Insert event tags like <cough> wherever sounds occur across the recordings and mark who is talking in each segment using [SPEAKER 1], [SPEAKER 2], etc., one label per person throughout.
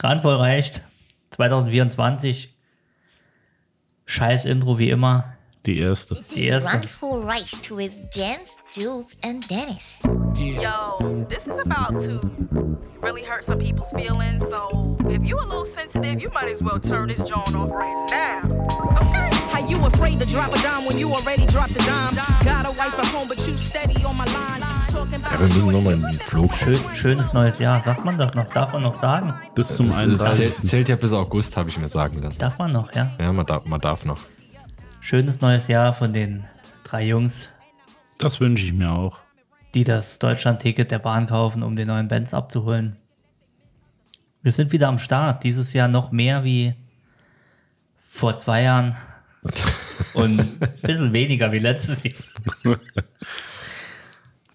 [SPEAKER 1] Randvoll reicht. 2024. Scheiß Intro wie immer.
[SPEAKER 2] Die erste.
[SPEAKER 1] Die erste.
[SPEAKER 3] Wonderful Rice with Jens, Jules, and Dennis.
[SPEAKER 4] Yo, this is about to really hurt some people's feelings. So if you a little sensitive, you might as well turn this joint off right now. Okay.
[SPEAKER 5] How you afraid to drop a dime when you already dropped a dime? Got a wife at home, but you steady on my line. Talking about
[SPEAKER 6] Ja, wir müssen nochmal in den Flow kommen.
[SPEAKER 1] Schön, schönes neues Jahr. Sagt man das noch? Darf man noch sagen?
[SPEAKER 2] Bis zum
[SPEAKER 6] Also Das ist- zählt,
[SPEAKER 2] 31.
[SPEAKER 6] zählt ja bis August, habe ich mir sagen lassen.
[SPEAKER 1] Darf man noch, ja?
[SPEAKER 6] Ja, man darf, man darf noch.
[SPEAKER 1] Schönes neues Jahr von den drei Jungs,
[SPEAKER 2] Das wünsche ich mir auch.
[SPEAKER 1] die das Deutschland-Ticket der Bahn kaufen, um den neuen Benz abzuholen. Wir sind wieder am Start. Dieses Jahr noch mehr wie vor zwei Jahren und ein bisschen weniger wie letztes Jahr.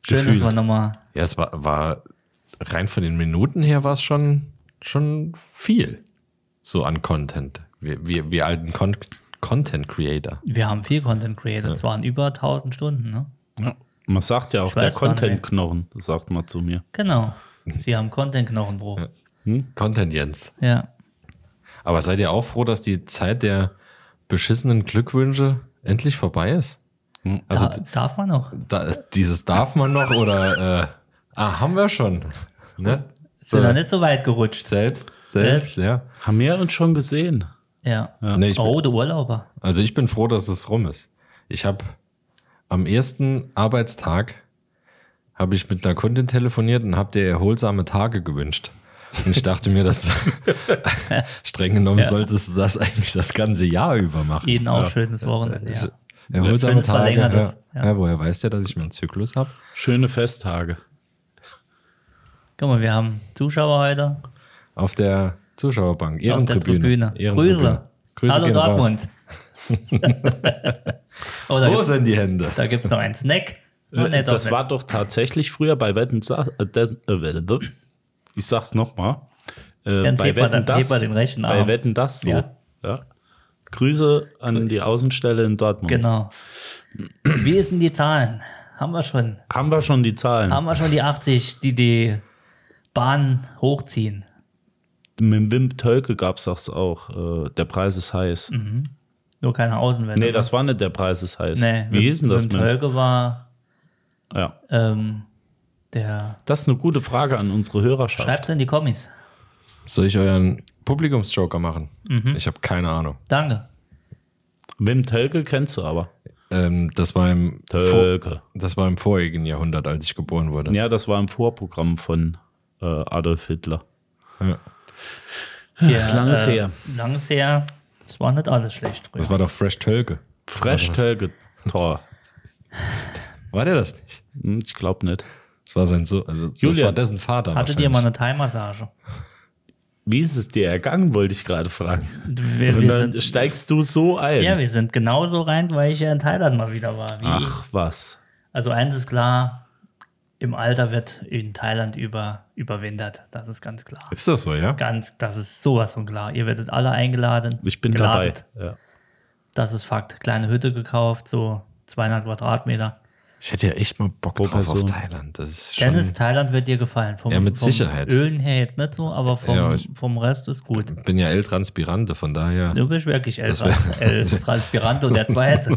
[SPEAKER 1] Schön, dass wir
[SPEAKER 2] Gefühlt.
[SPEAKER 1] nochmal
[SPEAKER 6] Ja, es war, war rein von den Minuten her war es schon, schon viel. So an Content. Wir, wir, wir alten Con Content Creator.
[SPEAKER 1] Wir haben viel Content created. Es waren über 1000 Stunden, ne?
[SPEAKER 2] Ja. Man sagt ja auch
[SPEAKER 1] Ich
[SPEAKER 2] der
[SPEAKER 1] weiß gar nicht mehr.
[SPEAKER 2] Content-Knochen, das sagt man zu mir.
[SPEAKER 6] <laughs>
[SPEAKER 1] Genau. Sie haben Content-Knochenbruch.
[SPEAKER 6] Content Jens.
[SPEAKER 1] Ja.
[SPEAKER 6] Aber seid ihr auch froh, dass die Zeit der beschissenen Glückwünsche endlich vorbei ist? Also
[SPEAKER 1] da, darf man noch.
[SPEAKER 6] da, dieses darf man noch oder äh, ah, haben wir schon. Ne?
[SPEAKER 1] Sind da nicht so weit gerutscht.
[SPEAKER 6] Selbst, selbst, ja.
[SPEAKER 2] Haben wir uns schon gesehen?
[SPEAKER 1] Ja.
[SPEAKER 6] Nee, ich
[SPEAKER 1] oh, der Urlauber.
[SPEAKER 6] Also ich bin froh, dass es rum ist. Ich habe am ersten Arbeitstag habe ich mit einer Kundin telefoniert und habe dir erholsame Tage gewünscht. Und ich dachte
[SPEAKER 1] <laughs>
[SPEAKER 6] mir, dass streng genommen solltest du das eigentlich das ganze Jahr über machen.
[SPEAKER 1] Jeden auch schönes Wochenende. Ja.
[SPEAKER 6] Erholsame
[SPEAKER 1] Schönes
[SPEAKER 6] Tage. Ja.
[SPEAKER 1] verlängertes,
[SPEAKER 6] Ja.
[SPEAKER 1] ja.
[SPEAKER 6] woher weißt du, dass ich meinen Zyklus habe?
[SPEAKER 2] Schöne Festtage.
[SPEAKER 1] Guck mal, wir haben Zuschauer heute
[SPEAKER 6] Auf der Zuschauerbank,
[SPEAKER 1] auf der
[SPEAKER 6] Ehrentribüne.
[SPEAKER 1] Tribüne. Grüße.
[SPEAKER 6] Grüße
[SPEAKER 1] Hallo
[SPEAKER 6] gehen raus. <laughs>
[SPEAKER 1] Dortmund. <laughs> oh, da
[SPEAKER 6] Wo
[SPEAKER 1] gibt's,
[SPEAKER 6] sind die Hände?
[SPEAKER 1] da gibt's noch einen Snack. Oh, nee,
[SPEAKER 2] Äh,
[SPEAKER 1] doch
[SPEAKER 2] das
[SPEAKER 1] nicht.
[SPEAKER 2] war doch tatsächlich früher bei Wetten Sa- äh, das- äh, Wetten- Ich sag's nochmal. Äh,
[SPEAKER 1] Jens,
[SPEAKER 2] bei
[SPEAKER 1] heb mal
[SPEAKER 2] Wetten
[SPEAKER 1] den- heb
[SPEAKER 2] das.
[SPEAKER 1] mal den rechten
[SPEAKER 2] Bei
[SPEAKER 1] Arm.
[SPEAKER 2] Wetten das so.
[SPEAKER 1] Ja.
[SPEAKER 2] Ja. Grüße an die Außenstelle in Dortmund.
[SPEAKER 1] Genau. Wie ist denn die Zahlen? Haben wir schon.
[SPEAKER 2] Haben wir schon die Zahlen?
[SPEAKER 1] Haben wir schon die 80, die die Bahn hochziehen?
[SPEAKER 2] Mit Wim Tölke gab's das auch. Äh, der Preis ist heiß.
[SPEAKER 1] Mhm. Nur keine Außenwände.
[SPEAKER 2] Nee, das war nicht der Preis ist heiß.
[SPEAKER 1] Nee,
[SPEAKER 2] Wie hieß denn das?
[SPEAKER 1] Mit
[SPEAKER 2] Wim?
[SPEAKER 1] Tölke war
[SPEAKER 2] Ja.
[SPEAKER 1] ähm, der.
[SPEAKER 2] Das ist eine gute Frage an unsere Hörerschaft.
[SPEAKER 1] Schreibt's in die Kommis.
[SPEAKER 6] Soll ich euren Publikumsjoker machen?
[SPEAKER 1] Mhm.
[SPEAKER 6] Ich habe keine Ahnung.
[SPEAKER 1] Danke.
[SPEAKER 2] Wim Tölke kennst du aber.
[SPEAKER 6] Ähm, das, war im
[SPEAKER 1] Äh,
[SPEAKER 6] vor,
[SPEAKER 2] Tölke.
[SPEAKER 6] das war im vorigen Jahrhundert, als ich geboren wurde.
[SPEAKER 2] Ja, das war im Vorprogramm von äh, Adolf Hitler. Äh,
[SPEAKER 6] Ja.
[SPEAKER 1] Ja,
[SPEAKER 2] Langes her.
[SPEAKER 1] äh, Langes her. Es war nicht alles schlecht
[SPEAKER 6] Das
[SPEAKER 1] drüber.
[SPEAKER 6] war doch Fresh Tölke.
[SPEAKER 2] Fresh Tölke Tor.
[SPEAKER 6] War der das nicht?
[SPEAKER 2] Hm, Ich glaube nicht.
[SPEAKER 6] Das war sein so also das
[SPEAKER 2] Julian,
[SPEAKER 6] war dessen Vater.
[SPEAKER 1] Hattet ihr mal
[SPEAKER 6] wahrscheinlich.
[SPEAKER 1] eine Thai-Massage?
[SPEAKER 2] Wie ist es dir ergangen, wollte ich gerade fragen.
[SPEAKER 1] Wir,
[SPEAKER 2] Und
[SPEAKER 1] wir
[SPEAKER 2] dann
[SPEAKER 1] sind,
[SPEAKER 2] steigst du so ein.
[SPEAKER 1] ja, wir sind genauso rein, weil ich ja in Thailand mal wieder war. Wie
[SPEAKER 2] Ach was.
[SPEAKER 1] Also eins ist klar, im Alter wird in Thailand über, überwintert. Das ist ganz klar.
[SPEAKER 6] Ist das so, ja?
[SPEAKER 1] Ganz, das ist sowas von klar. Ihr werdet alle eingeladen.
[SPEAKER 2] Ich bin
[SPEAKER 1] geladet.
[SPEAKER 2] dabei. Ja.
[SPEAKER 1] Das ist Fakt. Kleine Hütte gekauft, so 200 Quadratmeter.
[SPEAKER 6] Ich hätte ja echt mal Bock
[SPEAKER 2] Pro
[SPEAKER 6] drauf auf
[SPEAKER 2] Person.
[SPEAKER 6] Thailand. Das ist schon
[SPEAKER 1] Dennis, Thailand wird dir gefallen. Vom,
[SPEAKER 6] Ja, mit
[SPEAKER 1] vom
[SPEAKER 6] Sicherheit.
[SPEAKER 1] Ölen her jetzt nicht so, aber vom,
[SPEAKER 6] Ja, ich-
[SPEAKER 1] vom Rest ist gut.
[SPEAKER 6] bin ja El Transpirante, von daher.
[SPEAKER 1] Du bist wirklich El,
[SPEAKER 6] wär-
[SPEAKER 1] El Transpiranto, der
[SPEAKER 6] <laughs>
[SPEAKER 1] Zweite.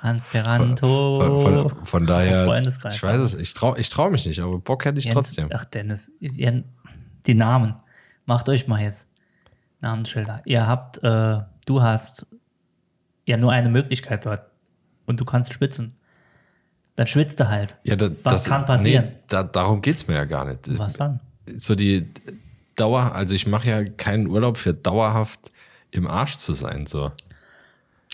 [SPEAKER 6] Von,
[SPEAKER 1] Transpiranto.
[SPEAKER 6] von, von daher.
[SPEAKER 1] Oh. Freundeskreis.
[SPEAKER 6] Ich weiß es, ich traue ich trau mich nicht, aber Bock hätte ich
[SPEAKER 1] Jens-
[SPEAKER 6] trotzdem.
[SPEAKER 1] Ach, Dennis, Jen- die Namen. Macht euch mal jetzt Namensschilder. Ihr habt, äh, du hast ja nur eine Möglichkeit dort. Und du kannst schwitzen. Dann schwitzt du halt.
[SPEAKER 6] Ja, da,
[SPEAKER 1] Was kann passieren?
[SPEAKER 6] Nee, da, darum geht es mir ja gar nicht.
[SPEAKER 1] Was dann?
[SPEAKER 6] so die Dauer, also ich mache ja keinen Urlaub für dauerhaft im Arsch zu sein. So.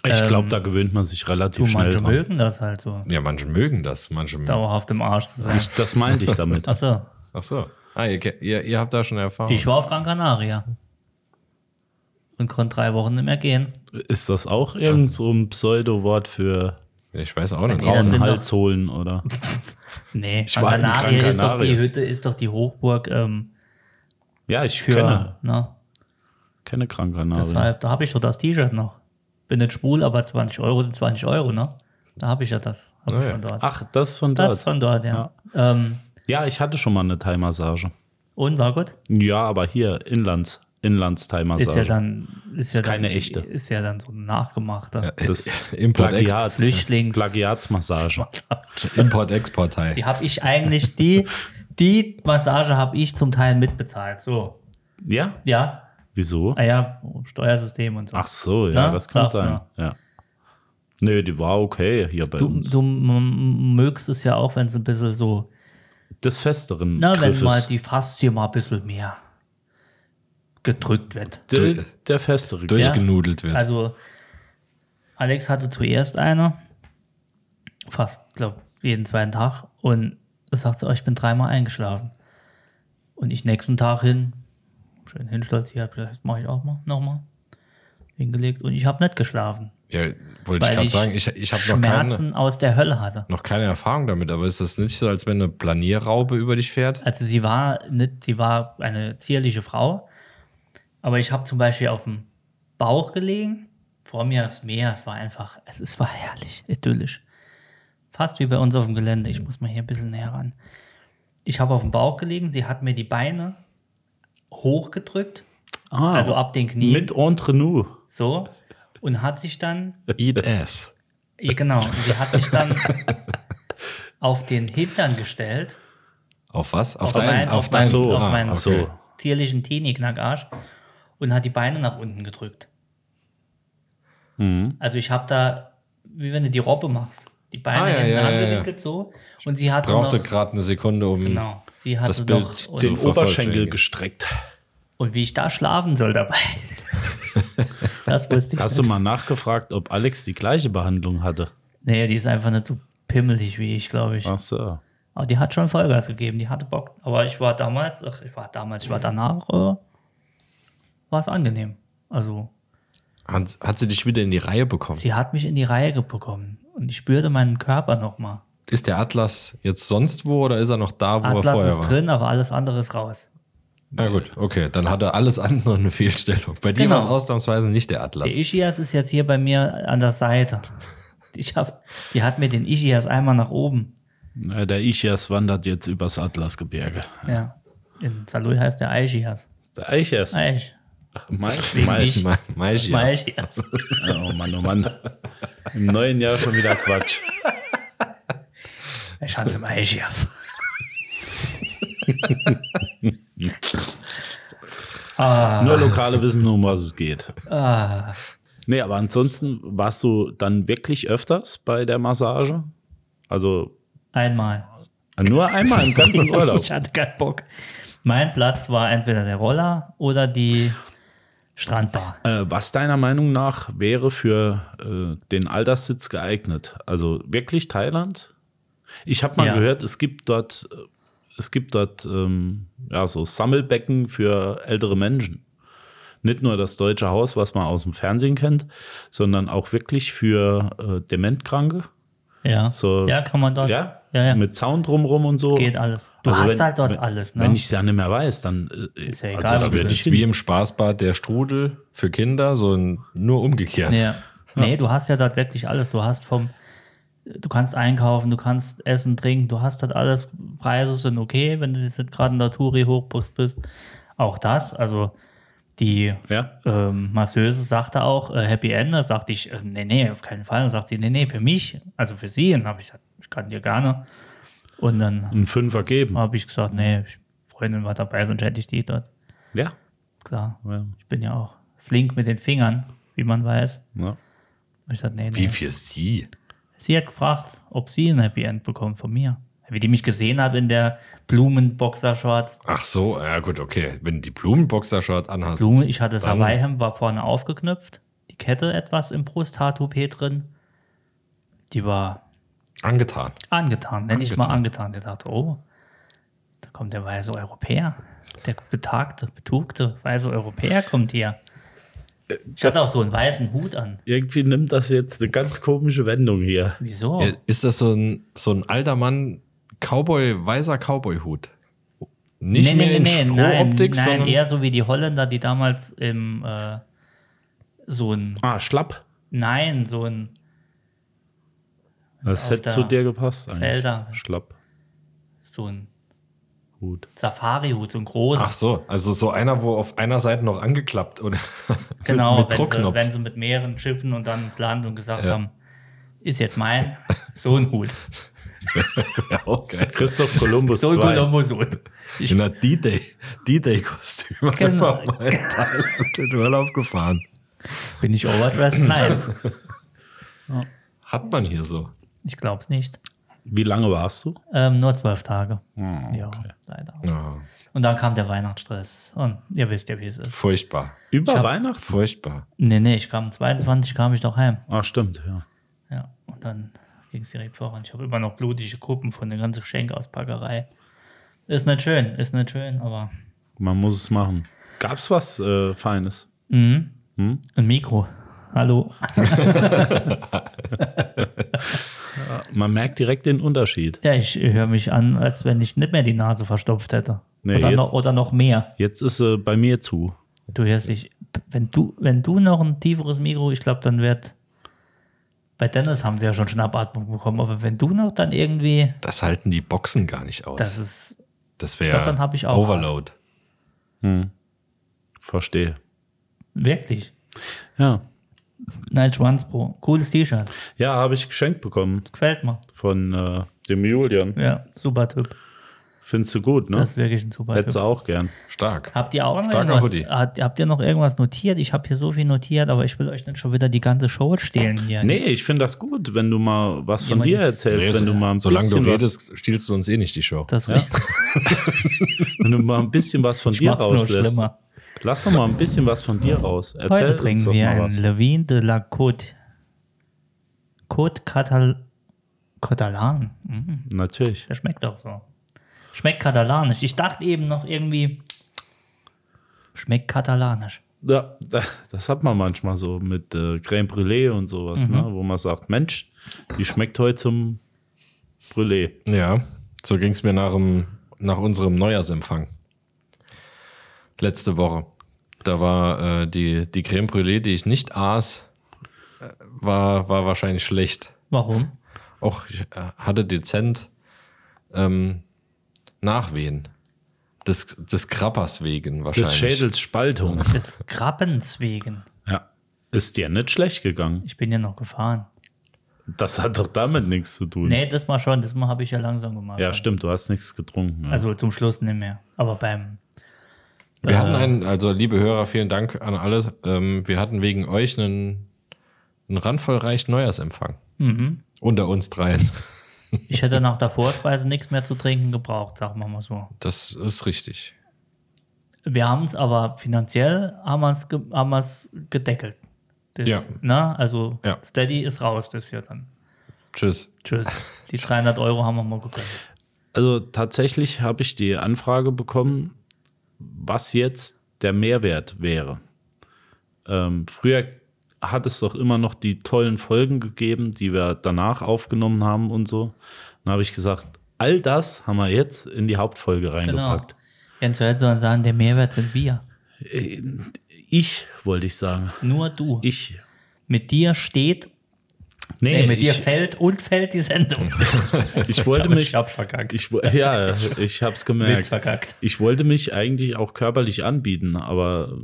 [SPEAKER 2] Ich
[SPEAKER 1] Ähm,
[SPEAKER 2] glaube, da gewöhnt man sich relativ
[SPEAKER 1] Du,
[SPEAKER 2] schnell
[SPEAKER 1] manche
[SPEAKER 2] dran.
[SPEAKER 1] mögen das halt so.
[SPEAKER 6] Ja, manche mögen das, manche mögen.
[SPEAKER 1] Dauerhaft im Arsch zu sein.
[SPEAKER 2] Das meinte ich
[SPEAKER 1] <laughs>
[SPEAKER 2] damit.
[SPEAKER 1] Achso.
[SPEAKER 6] Ach so. Ah, ihr, ke- ihr, ihr habt da schon Erfahrung.
[SPEAKER 2] Oh.
[SPEAKER 1] Ich war auf Gran Canaria. Und konnte drei Wochen nicht mehr gehen.
[SPEAKER 2] Ist das auch irgend so ein Pseudowort für
[SPEAKER 6] ich weiß auch nicht.
[SPEAKER 1] Nee, dann
[SPEAKER 2] braunen
[SPEAKER 1] sind
[SPEAKER 2] Hals holen oder?
[SPEAKER 1] Nee,
[SPEAKER 2] Ich
[SPEAKER 1] Gran
[SPEAKER 2] war in Gran
[SPEAKER 1] Canaria ist doch
[SPEAKER 2] Canaria.
[SPEAKER 1] die Hütte, ist doch die Hochburg ähm,
[SPEAKER 2] Ja, ich
[SPEAKER 1] für.
[SPEAKER 2] kenne,
[SPEAKER 1] Ne?
[SPEAKER 2] kenne Gran Canaria.
[SPEAKER 1] Deshalb, da habe ich doch das T-Shirt noch. Bin nicht schwul, aber 20 Euro sind 20 Euro, ne? Da habe ich ja das. Hab ich
[SPEAKER 6] ja.
[SPEAKER 1] von dort.
[SPEAKER 2] Ach, das Ah, von
[SPEAKER 1] das
[SPEAKER 2] dort.
[SPEAKER 1] von dort, ja. Ähm,
[SPEAKER 2] Ja, ich hatte schon mal eine Thai-Massage.
[SPEAKER 1] Und war gut?
[SPEAKER 2] Ja, aber hier, Inlands, Inlands-Thai-Massage.
[SPEAKER 1] Ist ja dann. Ist, ja
[SPEAKER 2] keine
[SPEAKER 1] dann,
[SPEAKER 2] echte.
[SPEAKER 1] Ist ja dann so ein nachgemachter.
[SPEAKER 2] das
[SPEAKER 6] Import-Export.
[SPEAKER 2] Plagiat,
[SPEAKER 1] Flüchtlings-
[SPEAKER 2] Plagiatsmassage.
[SPEAKER 6] Import-Export-Teil.
[SPEAKER 1] <laughs> Die habe ich eigentlich, die, die Massage habe ich zum Teil mitbezahlt. So.
[SPEAKER 2] Ja?
[SPEAKER 1] Ja.
[SPEAKER 2] Wieso?
[SPEAKER 1] Ah ja, Steuersystem und so.
[SPEAKER 2] Ach so, ja,
[SPEAKER 1] Na,
[SPEAKER 2] das kann
[SPEAKER 1] darf
[SPEAKER 2] sein.
[SPEAKER 1] man.
[SPEAKER 2] Ja. Nö, die war okay hier bei
[SPEAKER 1] Du,
[SPEAKER 2] uns.
[SPEAKER 1] du m- mögst es ja auch, wenn es ein bisschen so,
[SPEAKER 2] Des festeren
[SPEAKER 1] na, wenn
[SPEAKER 2] Griffes.
[SPEAKER 1] mal die Faszie mal ein bisschen mehr gedrückt wird.
[SPEAKER 2] der,
[SPEAKER 6] Durch-
[SPEAKER 2] der festere Griff.
[SPEAKER 6] Durchgenudelt wird.
[SPEAKER 1] Also, Alex hatte zuerst eine, fast, glaube jeden zweiten Tag, und er sagte, oh, ich bin dreimal eingeschlafen. Und ich nächsten Tag hin, schön hinstolz, hier, vielleicht mache ich auch mal, nochmal, hingelegt, und ich habe nicht geschlafen,
[SPEAKER 6] ja, wollte ich
[SPEAKER 1] weil
[SPEAKER 6] gerade
[SPEAKER 1] ich,
[SPEAKER 6] sagen, ich, ich habe noch keine,
[SPEAKER 1] Schmerzen aus der Hölle hatte.
[SPEAKER 6] noch keine Erfahrung damit, aber ist das nicht so, als wenn eine Planierraube über dich fährt?
[SPEAKER 1] Also sie war nicht, sie war eine zierliche Frau, aber ich habe zum Beispiel auf dem Bauch gelegen, vor mir das Meer, es war einfach, es ist war herrlich, idyllisch. Fast wie bei uns auf dem Gelände, ich muss mal hier ein bisschen näher ran. Ich habe auf dem Bauch gelegen, sie hat mir die Beine hochgedrückt,
[SPEAKER 2] Ah,
[SPEAKER 1] also ab den Knien,
[SPEAKER 2] mit entre nous.
[SPEAKER 1] so, und hat sich dann
[SPEAKER 6] Eat ass.
[SPEAKER 1] Ja, genau. Und sie hat sich dann auf den Hintern gestellt.
[SPEAKER 6] Auf was? Auf,
[SPEAKER 1] Auf,
[SPEAKER 6] deinen?
[SPEAKER 1] meinen, auf,
[SPEAKER 6] Auf deinen?
[SPEAKER 1] meinen,
[SPEAKER 2] so,
[SPEAKER 1] auf
[SPEAKER 6] ah,
[SPEAKER 1] meinen
[SPEAKER 6] okay.
[SPEAKER 2] so.
[SPEAKER 1] zierlichen Teenie-Knackarsch und hat die Beine nach unten gedrückt.
[SPEAKER 6] Mhm.
[SPEAKER 1] Also ich habe da, wie wenn du die Robbe machst, die Beine
[SPEAKER 6] Ah, ja,
[SPEAKER 1] hinten
[SPEAKER 6] ja, ja,
[SPEAKER 1] angewickelt so und sie hatte
[SPEAKER 6] Brauchte
[SPEAKER 1] noch,
[SPEAKER 6] gerade eine Sekunde, um.
[SPEAKER 1] genau, sie hatte
[SPEAKER 6] das Bild
[SPEAKER 1] noch
[SPEAKER 6] zu-
[SPEAKER 1] und,
[SPEAKER 2] Den
[SPEAKER 6] vervollständigen.
[SPEAKER 2] Oberschenkel gestreckt.
[SPEAKER 1] und wie ich da schlafen soll
[SPEAKER 6] <laughs>
[SPEAKER 1] dabei. das wusste ich
[SPEAKER 2] Hast du
[SPEAKER 1] nicht.
[SPEAKER 2] mal nachgefragt, ob Alex die gleiche Behandlung hatte?
[SPEAKER 1] Nee, die ist einfach nicht so pimmelig wie ich, glaube
[SPEAKER 6] Ah.
[SPEAKER 1] ich.
[SPEAKER 2] Ach so.
[SPEAKER 1] Aber die hat schon Vollgas gegeben, die hatte Bock. Aber ich war damals, ach, ich war damals,
[SPEAKER 6] Mhm.
[SPEAKER 1] ich war danach, äh, war es angenehm. Also,
[SPEAKER 6] Hat, hat sie dich wieder in die Reihe bekommen?
[SPEAKER 1] sie hat mich in die Reihe ge- bekommen und ich spürte meinen Körper nochmal.
[SPEAKER 6] Ist der Atlas jetzt sonst wo oder ist er noch da, wo er
[SPEAKER 1] Atlas
[SPEAKER 6] vorher
[SPEAKER 1] ist
[SPEAKER 6] war?
[SPEAKER 1] drin, aber alles andere ist raus.
[SPEAKER 6] Na gut, okay. Dann hat er alles andere eine Fehlstellung. Bei dir
[SPEAKER 1] Genau.
[SPEAKER 6] war es ausnahmsweise nicht der Atlas.
[SPEAKER 1] Der Ischias ist jetzt hier bei mir an der Seite. Ich hab, die hat mir den Ischias einmal nach oben.
[SPEAKER 2] Na, Der Ichias wandert jetzt übers Atlasgebirge.
[SPEAKER 1] Ja. In Saloy heißt der Aischias.
[SPEAKER 2] Der Eichias.
[SPEAKER 1] Eich.
[SPEAKER 2] Meich,
[SPEAKER 1] Wegen
[SPEAKER 2] Meich.
[SPEAKER 1] ich-
[SPEAKER 6] <laughs> Ma- Maischias.
[SPEAKER 1] Maischias.
[SPEAKER 2] Oh Mann, oh Mann. Im neuen Jahr schon wieder Quatsch.
[SPEAKER 1] Ich hatte im Aischias.
[SPEAKER 2] Nur Lokale wissen, um was es geht. Nee, aber ansonsten warst du dann wirklich öfters bei der Massage? Also
[SPEAKER 1] Einmal.
[SPEAKER 2] nur einmal
[SPEAKER 1] <laughs>
[SPEAKER 2] im ganzen Urlaub.
[SPEAKER 1] Ich hatte keinen Bock. Mein Platz war entweder der Roller oder die Strandbar.
[SPEAKER 2] Äh, was deiner Meinung nach wäre für äh, den Alterssitz geeignet? Also wirklich Thailand? Ich habe mal
[SPEAKER 1] Ja.
[SPEAKER 2] gehört, es gibt dort, äh, es gibt dort ähm, ja, so Sammelbecken für ältere Menschen. Nicht nur das deutsche Haus, was man aus dem Fernsehen kennt, sondern auch wirklich für äh, Dementkranke.
[SPEAKER 1] Ja,
[SPEAKER 2] So,
[SPEAKER 1] ja kann man dort.
[SPEAKER 2] Ja?
[SPEAKER 1] ja, ja.
[SPEAKER 2] Mit Zaun drumrum und so. Also
[SPEAKER 1] Geht alles. Du hast halt dort
[SPEAKER 2] wenn,
[SPEAKER 1] alles, ne?
[SPEAKER 2] Wenn ich es ja nicht mehr weiß, dann äh,
[SPEAKER 1] Ist ja egal,
[SPEAKER 2] das
[SPEAKER 1] ob du
[SPEAKER 2] würde ich
[SPEAKER 6] Ist wie im Spaßbad der Strudel für Kinder, so ein, nur umgekehrt.
[SPEAKER 1] ja. Nee, du hast ja dort wirklich alles. Du hast vom, du kannst einkaufen, du kannst essen, trinken, du hast dort alles. Preise sind okay, wenn du jetzt nicht gerade in der Touri hochbus bist. Auch das, also die
[SPEAKER 2] Ja.
[SPEAKER 1] ähm, Masseuse sagte auch, äh, Happy End, da sagte ich, äh, nee, nee, auf keinen Fall. Dann sagt sie, nee, nee, für mich, also für sie. Und dann habe ich gesagt, ich kann dir gerne. Und dann
[SPEAKER 2] einen Fünfer geben.
[SPEAKER 1] habe ich gesagt, nee, ich, Freundin war dabei, sonst hätte ich die dort.
[SPEAKER 2] Ja.
[SPEAKER 1] Klar,
[SPEAKER 2] ja.
[SPEAKER 1] ich bin ja auch flink mit den Fingern, wie man weiß.
[SPEAKER 2] ja.
[SPEAKER 1] Hab Ich gesagt, nee, nee.
[SPEAKER 6] Wie für sie?
[SPEAKER 1] Sie hat gefragt, ob sie ein Happy End bekommt von mir. Wie die mich gesehen hat in der Blumen-Boxershorts.
[SPEAKER 6] Ach so, ja gut, okay. Wenn die Blumenboxer-Shirt anhast.
[SPEAKER 1] Blume, ich hatte das
[SPEAKER 6] dann-
[SPEAKER 1] Hawaii-Hemd, war vorne aufgeknöpft. Die Kette etwas im Brust-H2P drin. Die war
[SPEAKER 6] Angetan.
[SPEAKER 1] Angetan, nenne ich mal
[SPEAKER 6] Angetan.
[SPEAKER 1] angetan. Der dachte, oh, da kommt der weiße Europäer. Der betagte, betugte weiße Europäer kommt hier. Ich hatte auch so einen weißen Hut an.
[SPEAKER 2] Irgendwie nimmt das jetzt eine ganz komische Wendung hier.
[SPEAKER 1] Wieso?
[SPEAKER 6] Ja, Äh, Ist das so ein, so ein alter Mann, Cowboy, weißer Cowboy-Hut? Nicht mehr in
[SPEAKER 1] nein,
[SPEAKER 6] Strohoptik,
[SPEAKER 1] nein,
[SPEAKER 6] sondern
[SPEAKER 1] eher so wie die Holländer, die damals im äh, so ein,
[SPEAKER 2] Ah, schlapp.
[SPEAKER 1] nein, so ein
[SPEAKER 2] Das
[SPEAKER 1] Auf
[SPEAKER 2] hätte
[SPEAKER 1] der
[SPEAKER 2] zu dir gepasst eigentlich.
[SPEAKER 1] Felder.
[SPEAKER 2] Schlapp.
[SPEAKER 1] so ein
[SPEAKER 2] Safari-Hut.
[SPEAKER 1] Safari-Hut, so ein großer.
[SPEAKER 6] Ach so, also so einer, wo auf einer Seite noch angeklappt oder <laughs>
[SPEAKER 1] genau,
[SPEAKER 6] mit
[SPEAKER 1] wenn, sie,
[SPEAKER 6] Druckknopf.
[SPEAKER 1] wenn sie mit mehreren Schiffen und dann ins Land und gesagt haben, ist jetzt
[SPEAKER 6] <laughs>
[SPEAKER 1] mein, so ein Hut.
[SPEAKER 6] ja, auch geil.
[SPEAKER 2] Christoph
[SPEAKER 1] <laughs>
[SPEAKER 2] Kolumbus
[SPEAKER 1] So ein
[SPEAKER 2] 2.
[SPEAKER 1] Columbus-Hut.
[SPEAKER 6] In einer D-Day, D-Day-Kostüm.
[SPEAKER 1] Genau.
[SPEAKER 6] <laughs> Einfach mal in Thailand in Urlaub gefahren.
[SPEAKER 1] Bin ich overdressed? Nein,
[SPEAKER 6] Hat man hier so.
[SPEAKER 1] <laughs> ich glaub's nicht.
[SPEAKER 2] Wie lange warst du?
[SPEAKER 1] Ähm, nur zwölf Tage.
[SPEAKER 6] Ah,
[SPEAKER 1] Ja, leider.
[SPEAKER 6] Ja,
[SPEAKER 1] Und dann kam der Weihnachtsstress. Und ihr wisst ja, wie es ist.
[SPEAKER 6] furchtbar,
[SPEAKER 2] Über
[SPEAKER 1] Ich hab-
[SPEAKER 2] Weihnachten?
[SPEAKER 6] furchtbar.
[SPEAKER 1] Nee, nee, ich kam 22, kam ich noch heim.
[SPEAKER 2] Ach, stimmt, ja.
[SPEAKER 1] Ja, und dann ging es direkt voran. Ich habe immer noch blutige Gruppen von der ganzen Geschenkauspackerei. Ist nicht schön, ist nicht schön, aber
[SPEAKER 2] Man muss es machen. Gab's was äh, Feines? Mhm.
[SPEAKER 1] ein Mikro. Hallo.
[SPEAKER 2] Man merkt direkt den Unterschied.
[SPEAKER 1] Ja, ich höre mich an, als wenn ich nicht mehr die Nase verstopft hätte.
[SPEAKER 2] Nee,
[SPEAKER 1] oder,
[SPEAKER 2] jetzt-
[SPEAKER 1] noch, oder noch mehr.
[SPEAKER 2] Jetzt ist äh, bei mir zu.
[SPEAKER 1] Du hörst dich. Wenn du, wenn du noch ein tieferes Mikro, ich glaube, dann wird. Bei Dennis haben sie ja schon Schnappatmung bekommen, aber wenn du noch dann irgendwie.
[SPEAKER 6] Das halten die Boxen gar nicht aus.
[SPEAKER 1] Das ist.
[SPEAKER 6] das
[SPEAKER 1] Ich glaub,
[SPEAKER 6] wäre
[SPEAKER 1] dann hab ich auch
[SPEAKER 6] Overload.
[SPEAKER 2] Verstehe.
[SPEAKER 1] Wirklich.
[SPEAKER 2] Ja.
[SPEAKER 1] Nice Schwanz Pro. Cooles T-Shirt.
[SPEAKER 2] Ja, habe ich geschenkt bekommen
[SPEAKER 1] Gefällt mir.
[SPEAKER 2] von äh, dem Julian.
[SPEAKER 1] Ja, super Typ.
[SPEAKER 2] Findest du gut, ne?
[SPEAKER 1] Das ist wirklich ein super
[SPEAKER 2] Hättest du
[SPEAKER 1] Typ.
[SPEAKER 2] auch gern.
[SPEAKER 6] Stark.
[SPEAKER 1] Habt ihr auch noch
[SPEAKER 6] Starker Hoodie.
[SPEAKER 1] irgendwas, habt, habt ihr noch irgendwas notiert? Ich habe hier so viel notiert, aber ich will euch nicht schon wieder die ganze Show stehlen hier.
[SPEAKER 2] Nee, ich finde das gut, wenn du mal was von
[SPEAKER 1] Jemand-
[SPEAKER 2] dir erzählst, wenn du mal ein
[SPEAKER 6] Solange du
[SPEAKER 2] bisschen
[SPEAKER 6] redest, stiehlst du uns eh nicht die Show.
[SPEAKER 1] Das
[SPEAKER 2] was, wenn du mal ein bisschen was von dir
[SPEAKER 1] macht's nur
[SPEAKER 2] rauslässt.
[SPEAKER 1] schlimmer.
[SPEAKER 2] Lass doch mal ein bisschen was von dir raus. Erzähl
[SPEAKER 1] Heute
[SPEAKER 2] uns
[SPEAKER 1] trinken
[SPEAKER 2] doch
[SPEAKER 1] wir
[SPEAKER 2] mal
[SPEAKER 1] einen
[SPEAKER 2] was.
[SPEAKER 1] Levin de la Côte. Côte Catal Catalan. Mm,
[SPEAKER 2] Natürlich.
[SPEAKER 1] der schmeckt auch so. Schmeckt katalanisch. Ich dachte eben noch irgendwie, schmeckt katalanisch.
[SPEAKER 2] Ja, da- das hat man manchmal so mit äh, Crème Brûlée und sowas,
[SPEAKER 1] Mhm.
[SPEAKER 2] ne? wo man sagt, Mensch, die schmeckt heute zum Brûlée.
[SPEAKER 6] Ja, so ging es mir nach, dem, nach unserem Neujahrsempfang. Letzte Woche. Da war äh, die, die Creme Brûlée, die ich nicht aß, äh, war, war wahrscheinlich schlecht.
[SPEAKER 1] Warum?
[SPEAKER 2] <laughs>
[SPEAKER 6] Auch ich äh, hatte dezent ähm, Nachwehen. Des, des Krabbers wegen wahrscheinlich.
[SPEAKER 2] Des Schädels Spaltung.
[SPEAKER 1] Des Krabbens wegen.
[SPEAKER 2] Ja. Ist dir nicht schlecht gegangen.
[SPEAKER 1] Ich bin ja noch gefahren.
[SPEAKER 2] Das hat doch damit nichts zu tun.
[SPEAKER 1] Nee, das mal schon. Das mal habe ich ja langsam gemacht.
[SPEAKER 2] Ja, stimmt, du hast nichts getrunken. Ja.
[SPEAKER 1] Also zum Schluss nicht mehr. Aber beim.
[SPEAKER 6] Wir
[SPEAKER 2] Ah.
[SPEAKER 6] hatten
[SPEAKER 1] Äh,
[SPEAKER 6] einen, also liebe Hörer, vielen Dank an alle. Ähm, wir hatten wegen euch einen, einen randvoll reichen Neujahrsempfang.
[SPEAKER 2] Mhm.
[SPEAKER 6] Unter uns dreien.
[SPEAKER 1] Ich hätte nach der Vorspeise nichts mehr zu trinken gebraucht, sagen wir mal so.
[SPEAKER 6] Das ist richtig.
[SPEAKER 1] Wir haben es aber finanziell haben wir's ge haben wir's gedeckelt. Das,
[SPEAKER 6] Ja.
[SPEAKER 1] Ne? Also
[SPEAKER 6] Ja.
[SPEAKER 1] Steady ist raus, das hier dann.
[SPEAKER 6] Tschüss.
[SPEAKER 1] Tschüss.
[SPEAKER 2] <laughs>
[SPEAKER 1] Die 300 Euro haben wir mal gegönnt.
[SPEAKER 2] Also tatsächlich habe ich die Anfrage bekommen, was jetzt der Mehrwert wäre. Ähm, früher hat es doch immer noch die tollen Folgen gegeben, die wir danach aufgenommen haben und so. Dann habe ich gesagt, all das haben wir jetzt in die Hauptfolge
[SPEAKER 1] Genau.
[SPEAKER 2] reingepackt.
[SPEAKER 1] Jens Held soll sagen, der Mehrwert sind wir.
[SPEAKER 2] Äh, Ich wollte ich sagen.
[SPEAKER 1] Nur du.
[SPEAKER 2] Ich.
[SPEAKER 1] mit dir steht,
[SPEAKER 2] Nee,
[SPEAKER 1] nee, mit dir
[SPEAKER 2] ich,
[SPEAKER 1] fällt und fällt die Sendung.
[SPEAKER 2] <laughs> ich wollte
[SPEAKER 1] <laughs> ich
[SPEAKER 2] mich.
[SPEAKER 1] hab's verkackt.
[SPEAKER 2] Ich, wo- ja, ich hab's
[SPEAKER 1] Witz
[SPEAKER 2] gemerkt.
[SPEAKER 1] verkackt.
[SPEAKER 2] Ich wollte mich eigentlich auch körperlich anbieten, aber